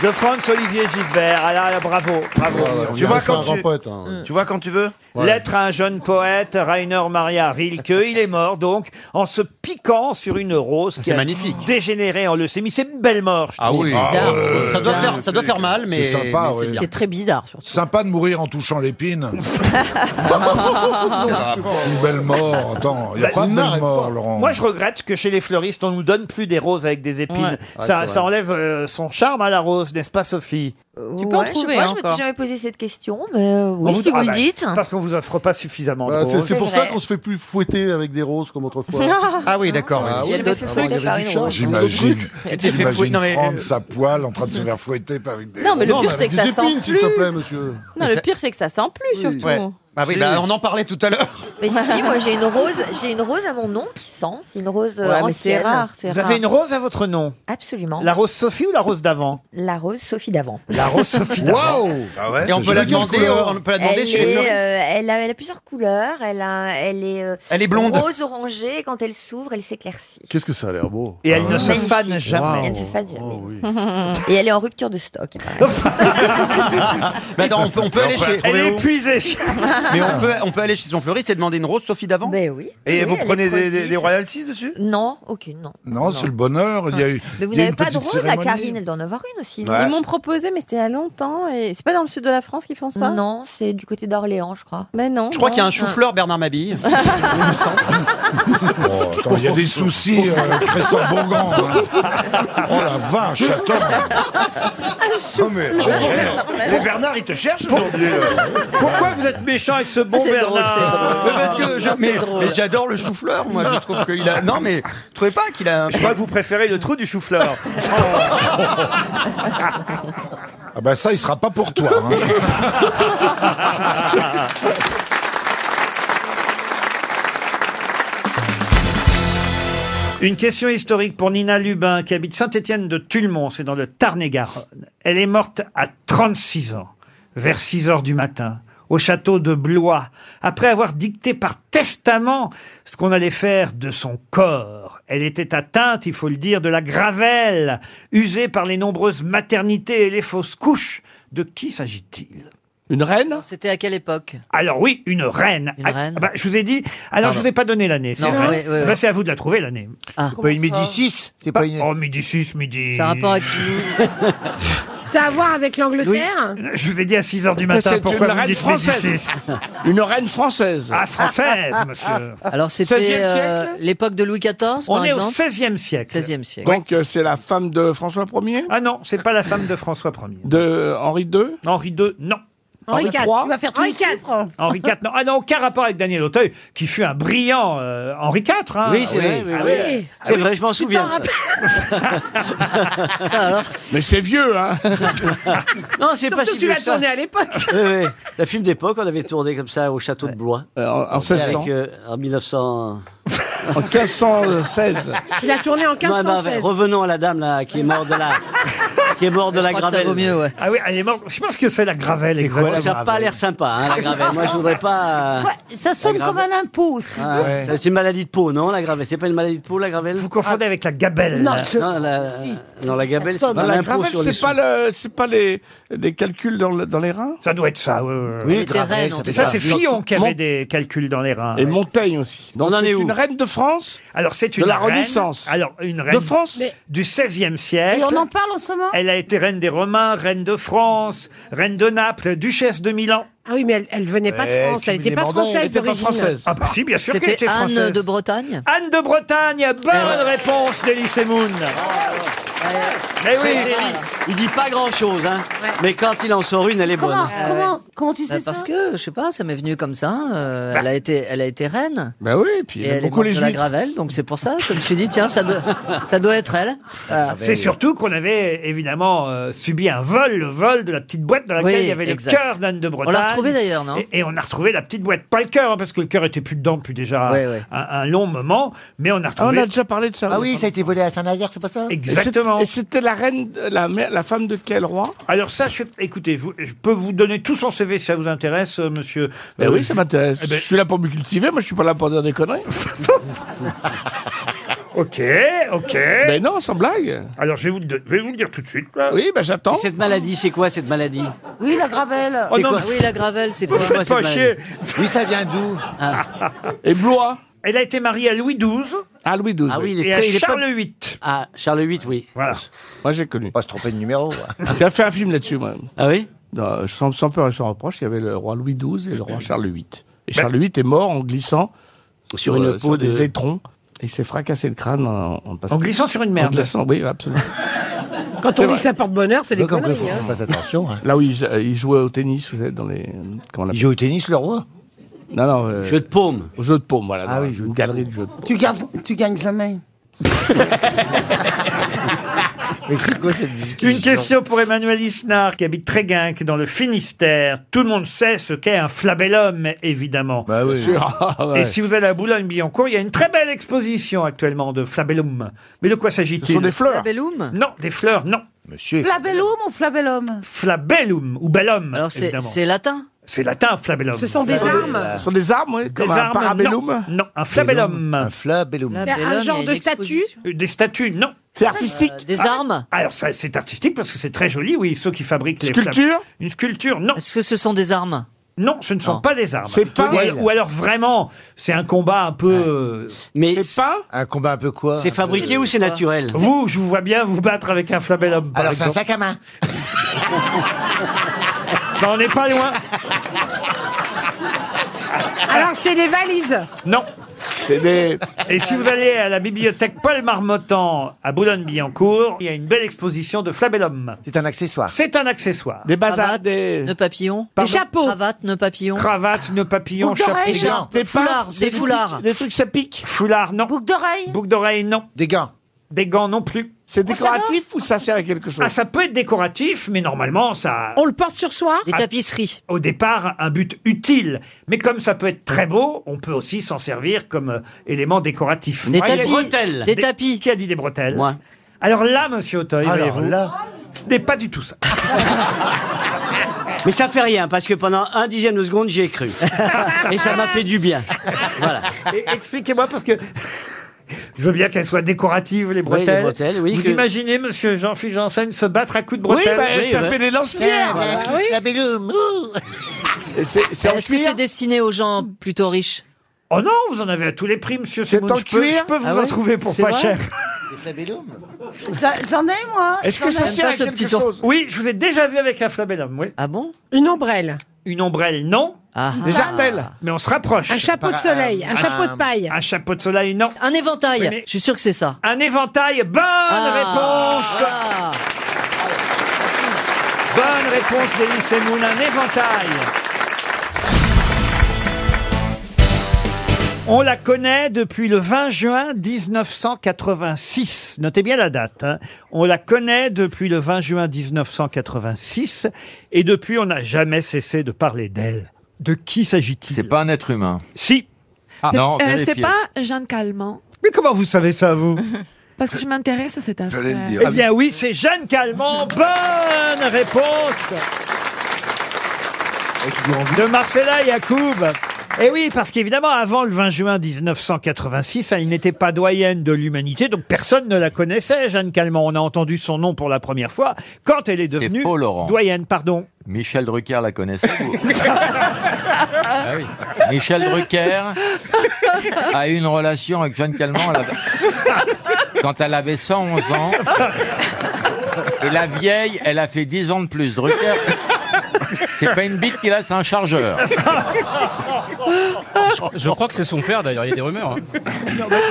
de Franz-Olivier Gisbert. Ah là, là, bravo, bravo.
Tu vois, quand tu...
hein.
tu vois quand tu veux
Ouais. Lettre à un jeune poète, Rainer Maria Rilke. Il est mort donc en se piquant sur une rose qui
Ah, C'est
a
magnifique.
dégénéré en leucémie. C'est une belle mort. je
Ah
trouve.
oui. C'est bizarre. Ah ouais. Ça doit faire- ça doit faire mal, mais-
C'est sympa,
mais c'est
ouais.
bien. C'est
très bizarre, surtout. Sympa de mourir en touchant l'épine.
Ah,
une belle mort. Attends, il n'y a
Bah,
pas de belle
n'arrête
mort,
pas.
Laurent.
Moi, je regrette que chez les fleuristes, on nous donne plus des roses avec des
Ouais.
épines.
Ouais,
ça,
Ah, c'est
ça enlève euh, son charme à la rose, n'est-ce pas, Sophie
Tu peux en trouver
hein,
je, Moi, je m'étais jamais posé cette question, mais euh, oui,
On
si vous
ah
le
bah,
dites.
Parce qu'on vous offre pas suffisamment
Bah,
de
c'est-
roses.
c'est C'est pour ça vrai. qu'on
se fait plus fouetter avec des roses comme autrefois.
Ah
oui, d'accord.
Ah
Il y a
ouais,
d'autres
mais avant,
trucs à
il y
faire
avait
une
du charme.
rose.
Il y a J'imagine. d'autres trucs. Tu t'es fait fouetter- non, mais- Franck, sa poêle, en train de se faire fouetter par une des
Non, mais le pire,
avec
c'est que
des
ça sent
épines, s'il te
plus.
plaît, monsieur.
Non, le pire, c'est que ça sent plus, surtout.
Ouais. Ah oui, bah, on en parlait tout à l'heure.
Mais si, moi, j'ai une rose, j'ai une rose à mon nom qui sent. C'est une rose euh,
Ouais, mais c'est
ancienne.
rare,
Vous avez une rose à votre nom
Absolument.
La rose Sophie ou la rose d'avant
La rose Sophie d'avant.
La rose Sophie d'avant. Ah
Ah
Et on peut la demander, euh, on peut la demander
elle,
chez les
est,
fleuristes.
euh, elle, a, elle a plusieurs couleurs. Elle, a, elle est, euh,
Elle est blonde.
rose orangée. Quand elle s'ouvre, elle s'éclaircit.
Qu'est-ce que ça a l'air beau. Ah Oh,
Et elle ne se
Magnifique.
fane jamais.
Elle ne se fane jamais. Et elle est en rupture de stock.
Mais attends, Bah, on peut, on peut
Mais on
aller
peut la
chez.
trouver Elle est où
épuisée.
Mais on peut, on peut aller chez son fleuriste et demander une rose Sophie d'avant.
Mais Ben oui.
Et
Oui,
vous
elle est
prenez des,
produite.
des- des royalties dessus
Non, aucune, non.
Non, c'est le bonheur. Il y a eu.
Ah. Mais vous
il y a une
n'avez pas de
petite
rose à
cérémonie.
Karine, elle doit en avoir une aussi. non
Ouais.
Ils m'ont proposé, mais c'était il y a longtemps. Et c'est pas dans le sud de la France qu'ils font ça
Non, c'est du côté d'Orléans, je crois.
Mais non.
Je crois qu'il y a un
chou-fleur.
chou-fleur Bernard Mabille.
Oh, attends, il y a des soucis, euh, Christophe Bourgan. hein. Oh la vache, attends.
Non, mais- Mais Bernard, il te cherche aujourd'hui.
euh.
Pourquoi vous êtes méchant avec ce bon
C'est drôle,
Bernard
Mais parce que je-
Ah,
mais,
c'est drôle.
mais j'adore le chou-fleur, moi je trouve qu'il a. Non mais vous trouvez pas qu'il a.
Je crois que vous préférez le trou du chou-fleur.
Ah bah ça, il sera pas pour toi. hein.
Une question historique pour Nina Lubin, qui habite Saint-Étienne de Tulmont, c'est dans le Tarn-et-Garonne. Elle est morte à 36 ans, vers 6 heures du matin, au château de Blois, après avoir dicté par testament ce qu'on allait faire de son corps. Elle était atteinte, il faut le dire, de la gravelle, usée par les nombreuses maternités et les fausses couches. De qui s'agit-il Une reine
C'était à quelle époque
alors oui, une reine. Ah, bah, je vous ai dit. Alors je vous ai pas donné l'année. C'est
Non,
vrai.
ouais, ouais,
Bah,
ouais.
c'est à vous de la trouver l'année.
C'est pas une Comment ça
Médicis. C'est pas, une. Oh Médicis, Médicis.
Ça a rapport avec.
Ça a à voir avec l'Angleterre
Je vous ai dit à 6 heures du matin
C'est
pourquoi
une
vous
reine
dites
française.
Médicis.
Une reine française.
Ah française, monsieur.
Alors c'était
16e
euh,
siècle
l'époque de Louis XIV,
On
par
est au
exemple.
16e siècle.
16e siècle.
Donc euh, c'est la femme de François Ier
Ah non, c'est pas la femme de François Ier.
De Henri II
Henri II, non.
Henri IV, on va faire tous les chiffres.
Henri IV, non. Ah non, aucun rapport avec Daniel Auteuil, qui fut un brillant euh, Henri IV. hein.
Oui, c'est vrai, oui,
Ah
oui.
oui.
C'est vrai, je m'en souviens. de ça.
Mais c'est vieux, hein
Non, c'est pas si
tu
vieux
l'as
que ça.
tourné à l'époque.
Oui, oui. La film d'époque, on avait tourné comme ça au château de Blois.
en
Avec,
1600.
euh, en 1900.
En 1516.
Il a tourné en
1516.
revenons à la dame là, qui est morte de la, qui est morte de la gravelle.
Ah oui, elle est morte. Je pense que c'est la gravelle.
Bon,
exactement.
ça n'a pas l'air sympa, hein, la gravelle. Moi, je voudrais pas. euh, ça sonne comme un impôt aussi. ah, C'est une maladie de peau, non, la gravelle. C'est pas une maladie de peau, la gravelle Vous
confondez avec la gabelle.
Non,
Non, je-
la, non, la gabelle, c'est
Non,
pas
la
l'impôt
gravelle,
sur les
c'est pas, le, c'est pas les, les calculs dans, le- dans les reins
Ça doit être ça, ouais,
Euh,
ouais. Oui, gravelle,
gravelle,
on dit ça, c'est Fillon qui avait des calculs dans les reins.
Et Montaigne aussi. Donc
On en
c'est
est où
une reine de France
Alors, c'est
De
une
la
reine-
Renaissance.
Alors, une reine
De France
Mais-
du XVIe siècle.
Et on en parle en ce moment
Elle a été reine des Romains, reine de France, reine de Naples, duchesse de Milan.
Ah oui, mais elle, elle venait pas de France, Eh, elle n'était pas française d'origine.
Ah bah si, bien sûr qu'elle était
C'était Anne
française.
de Bretagne.
Anne de Bretagne, bonne
Eh
réponse d'Elysée Moon. Mais oui.
C'est- Il dit pas grand chose, hein. Mais quand il en sort une, elle est bonne. Euh,
comment
tu sais
Euh, bah, Parce
ça
que, je sais pas, ça m'est venu comme ça. euh, elle, a été, elle a été reine.
Bah oui, et puis il
et
aimait
elle est
beaucoup
morte
les
de la
Juifs.
Gravelle, donc c'est pour ça. Je me suis dit, tiens, ça, doit- ça doit être elle. Voilà.
Ah, C'est surtout qu'on avait évidemment euh, subi un vol, le vol de la petite boîte dans laquelle
Oui,
il y avait
exact.
le cœur d'Anne de Bretagne.
On l'a retrouvé d'ailleurs, non
et, et on a retrouvé la petite boîte, pas le cœur, hein, parce que le cœur était plus dedans depuis déjà
Ouais, ouais.
Un, un long moment, mais
Ah,
on a retrouvé.
parlé de ça.
Ah oui, ça a été volé à Saint-Nazaire, c'est pas ça
Exactement.
Et c'était la reine, la, mère- la femme de quel roi
Alors ça, je, écoutez, je, vous- je peux vous donner tout son CV si ça vous intéresse, euh, monsieur.
Ben
Euh,
oui, ça m'intéresse.
eh ben-
Je suis là pour me cultiver, moi je suis pas là pour dire des conneries.
Ok, eh, ok.
Ben-
Mais Ben non, sans blague.
Alors, je vais vous le, dire tout de suite.
Oui, ben j'attends. Cette maladie, c'est quoi cette maladie
Oui, la gravelle.
Oh non, mais-
Oui, la gravelle, c'est quoi
faites pas chier.
Oui, ça vient d'où Et Blois Elle a été mariée à Louis XII.
Ah, Louis XII. Ah oui, il est
Et à
très- il est pas-
Charles VIII.
Ah, Charles VIII, oui. Oh,
Voilà.
Moi, j'ai connu. Pas se tromper de numéro.
J'ai fait un film là-dessus, moi.
Ah oui
non, sans, sans peur et sans reproche, il y avait le roi Louis XII et le roi Charles VIII. Et Charles VIII est mort en glissant sur,
une
euh,
peau
sur des
de-
étrons. Il s'est fracassé le crâne en, en passant.
En glissant sur une merde.
En glissant, oui, absolument.
Quand
C'est
on dit
vrai.
que ça porte bonheur, c'est des conneries. hein.
attention. Là où il, euh, il jouait au tennis, vous savez, dans les. Comment on il jouait au tennis, le roi Non, non. euh,
Jeu de paume.
Jeu de paume, voilà.
Ah
dans
oui,
une galerie de jeu de paume.
Tu, gardes- tu gagnes jamais.
Mais c'est quoi cette discussion
Une question pour Emmanuel Isnard, qui habite Tréguinque, dans le Finistère. Tout le monde sait ce qu'est un flabellum, évidemment.
oui. Bien sûr. Ah, ouais.
Et si vous allez à Boulogne-Billancourt, il y a une très belle exposition actuellement de flabellum. Mais de quoi s'agit-il
Ce sont des fleurs.
Flabellum Non, des fleurs, non. Monsieur.
Flabellum ou flabellum
Flabellum, ou bellum,
Alors, c'est- c'est
latin C'est latin, flabellum.
Ce sont des armes.
Ce sont des armes, oui. Comme
Des
un
armes,
parabellum.
non, non, un
Hum.
flabellum. Un
flabellum.
C'est un genre de statue
Euh, Des statues, non. C'est artistique. des armes Alors, ça, c'est artistique parce que c'est très joli, oui, ceux qui fabriquent les
Sculpture
flabellums. Une sculpture, non.
Est-ce que ce sont des armes
Non, ce ne sont pas des armes.
C'est
Ou
pas-
alors- Ou alors vraiment, c'est un combat un peu. euh,
Mais
c'est pas. Euh,
Un combat un peu quoi
C'est fabriqué ou c'est naturel
Vous, je vous vois bien vous battre avec un flabellum. par
Alors, c'est un
exemple.
sac
à main.
Ben, on n'est pas loin.
Alors, c'est des valises.
Non. Et si vous allez à la bibliothèque Paul Marmottan à Boulogne-Billancourt, il y a une belle exposition de flabellum. C'est un accessoire. C'est un accessoire. Des bazars,
Nœud papillon.
Pardon
Cravate, nœud papillon.
Cravate, nœud papillon,
Boucle
chapeau.
d'oreille. Des gants. Des foulards,
pinces,
des foulards.
trucs- Des trucs, ça pique. Foulard, non. Boucle d'oreille. Boucle d'oreille, non. Des gants. Des gants non plus. C'est
Oh,
décoratif ou ça sert à quelque chose Ah, ça peut être décoratif, mais normalement, ça.
On le porte sur soi Ah.
Des tapisseries. Ah. Au départ, un but utile. Mais comme ça peut être très beau, on peut aussi s'en servir comme euh, élément décoratif.
Des Ah, il y a tapis. des bretelles. Des
tapis. Qui a dit des bretelles Alors là, monsieur Auteuil,
Alors
voyez-vous,
Ah, là.
ce n'est pas du tout ça.
Mais ça fait rien, parce que pendant un dixième de seconde, j'y ai cru. Et ça m'a fait du bien. Voilà.
Et Expliquez-moi parce que. Je veux bien qu'elles soient décoratives, les bretelles.
les bretelles, oui,
Vous
que-
imaginez, monsieur Jean-Philippe Janssen, se battre à coups de bretelles
bah, Oui, ça ouais. fait des
lance-pierres.
Flabellum. euh, Est-ce que c'est destiné aux gens plutôt riches
Oh non, vous en avez à tous les prix, monsieur. C'est
en
je, peux,
cuir
je peux vous
Ah
en
ouais
trouver pour
C'est
pas
vrai
cher.
Des flabellums
J'en ai, moi. Ah, J'en ai.
Oui, je vous ai déjà vu avec un flabellum, oui.
Ah bon
Une ombrelle.
Une ombrelle, non.
Des jartelles.
Mais on se rapproche.
Un chapeau de soleil, un chapeau de paille.
Un chapeau de soleil, non.
Un éventail.
Oui, mais-
Je suis sûr que c'est ça.
Un éventail, bonne réponse Bonne réponse d'Elie Semoun, un éventail On la connaît depuis le 20 juin 1986. Notez bien la date. hein. On la connaît depuis le 20 juin 1986 et depuis on n'a jamais cessé de parler d'elle. De qui s'agit-il C'est pas un être humain. Ah. Si.
Euh, c'est pas Jeanne Calment.
Mais comment vous savez ça vous
Parce que je m'intéresse à cette affaire.
Eh bien oui, c'est Jeanne Calment. Bonne réponse de Marcella Yacoub. Et oui, parce qu'évidemment, avant le 20 juin 1986, elle n'était pas doyenne de l'humanité, donc personne ne la connaissait, Jeanne Calment. On a entendu son nom pour la première fois quand elle est devenue
faux, Laurent.
doyenne, pardon.
Michel Drucker la connaissait. vous Ah oui. Michel Drucker a eu une relation avec Jeanne Calment elle avait- quand elle avait 111 ans. Et la vieille, elle a fait 10 ans de plus. Drucker, c'est pas une bite qu'il a, c'est un chargeur.
Je crois que c'est son père d'ailleurs, il y a des rumeurs.
hein.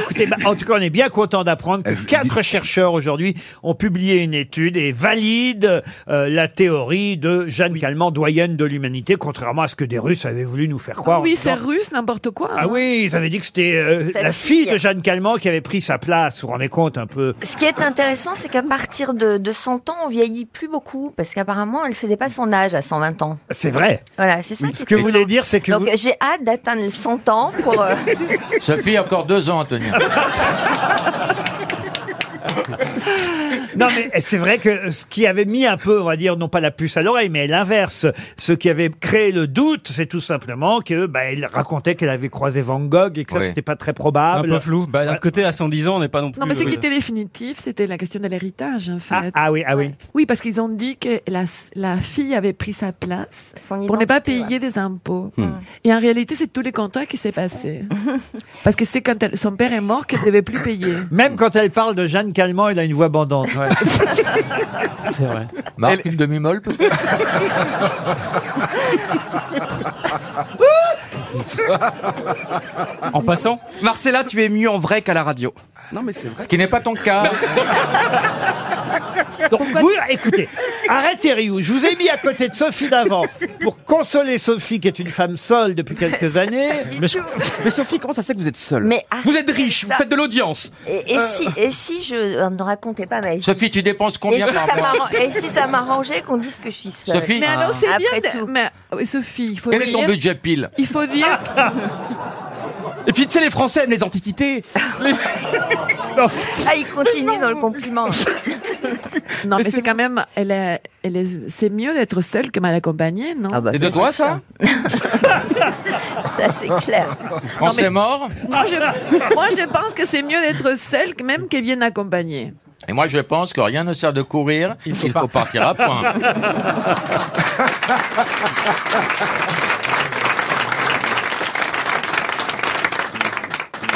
Écoutez, bah, en tout cas, on est bien content d'apprendre que quatre chercheurs aujourd'hui ont publié une étude et valident euh, la théorie de Jeanne Calment, doyenne de l'humanité, contrairement à ce que des Russes avaient voulu nous faire croire. en
oui,
disant-
c'est russe, n'importe quoi. hein.
Ah oui, ils avaient dit que c'était euh,
Sa
la fille
fille.
de Jeanne Calment qui avait pris sa place. Vous vous rendez compte un peu
Ah. Ce qui est intéressant, c'est qu'à partir de, de 100 ans, on vieillit plus beaucoup, parce qu'apparemment, elle faisait pas son âge à 120 ans.
C'est vrai.
Voilà, c'est ça. qui
Ce
est
que vous
étonnant.
voulez dire, c'est que
Donc,
vous-
j'ai hâte d'atteindre les 100 ans pour. euh,
Sophie, encore deux ans, Anthony.
Non, mais eh, c'est vrai que ce qui avait mis un peu, on va dire, non pas la puce à l'oreille, mais l'inverse, ce qui avait créé le doute, c'est tout simplement que bah, il racontait qu'elle avait croisé Van Gogh et que ça,
Oui.
c'était pas très probable.
Un peu flou. Bah, d'un
Ouais.
côté, à 110 ans, on n'est pas non plus.
Non, mais c'est
euh,
que c'était définitif, c'était la question de l'héritage, en fait.
Ah oui, ah oui.
Oui, parce qu'ils ont dit que la, la fille avait pris sa place pour ne pas payer des impôts. Et en réalité, c'est tous les contrats qui s'est passé. parce que c'est quand elle- son père est mort qu'elle devait plus payer.
Même quand elle parle de Jeanne Calment, elle a une voix bandante.
C'est vrai.
Marc, une demi-molle peut-être
En passant Marcella, tu es mieux en vrai qu'à la radio.
Non, mais c'est vrai.
Ce qui n'est pas ton cas.
Donc, vous, écoutez, arrêtez Rioux. Je vous ai mis à côté de Sophie d'avant pour consoler Sophie, qui est une femme seule depuis quelques années. Mais, Sophie, comment ça se fait que vous êtes seule
Mais arrête
Vous êtes riche,
ça.
de l'audience.
Et, et si, et si je euh, ne racontais pas ma vie
Sophie, tu dépenses
et si,
combien par
ça
mois
m'arran- et si ça m'arrangeait qu'on dise que je suis seule
Sophie
Ah.
Mais alors, c'est
Ah, Après
bien de-
tout.
Mais oui, Sophie, il faut
Quel est ton
dire-
budget pile
Il faut dire.
Et puis, tu sais, les Français aiment les antiquités.
Ah, il continue dans le compliment.
Non, mais c'est quand même. Elle est, elle est- c'est mieux d'être seule que mal accompagnée, non
bah,
C'est de toi, ça
Ça, c'est clair.
Français mort
Moi je, moi, je pense que c'est mieux d'être seule que même qu'elle vienne accompagnée.
Et moi, je pense que rien ne sert de courir. Il faut, partir à point.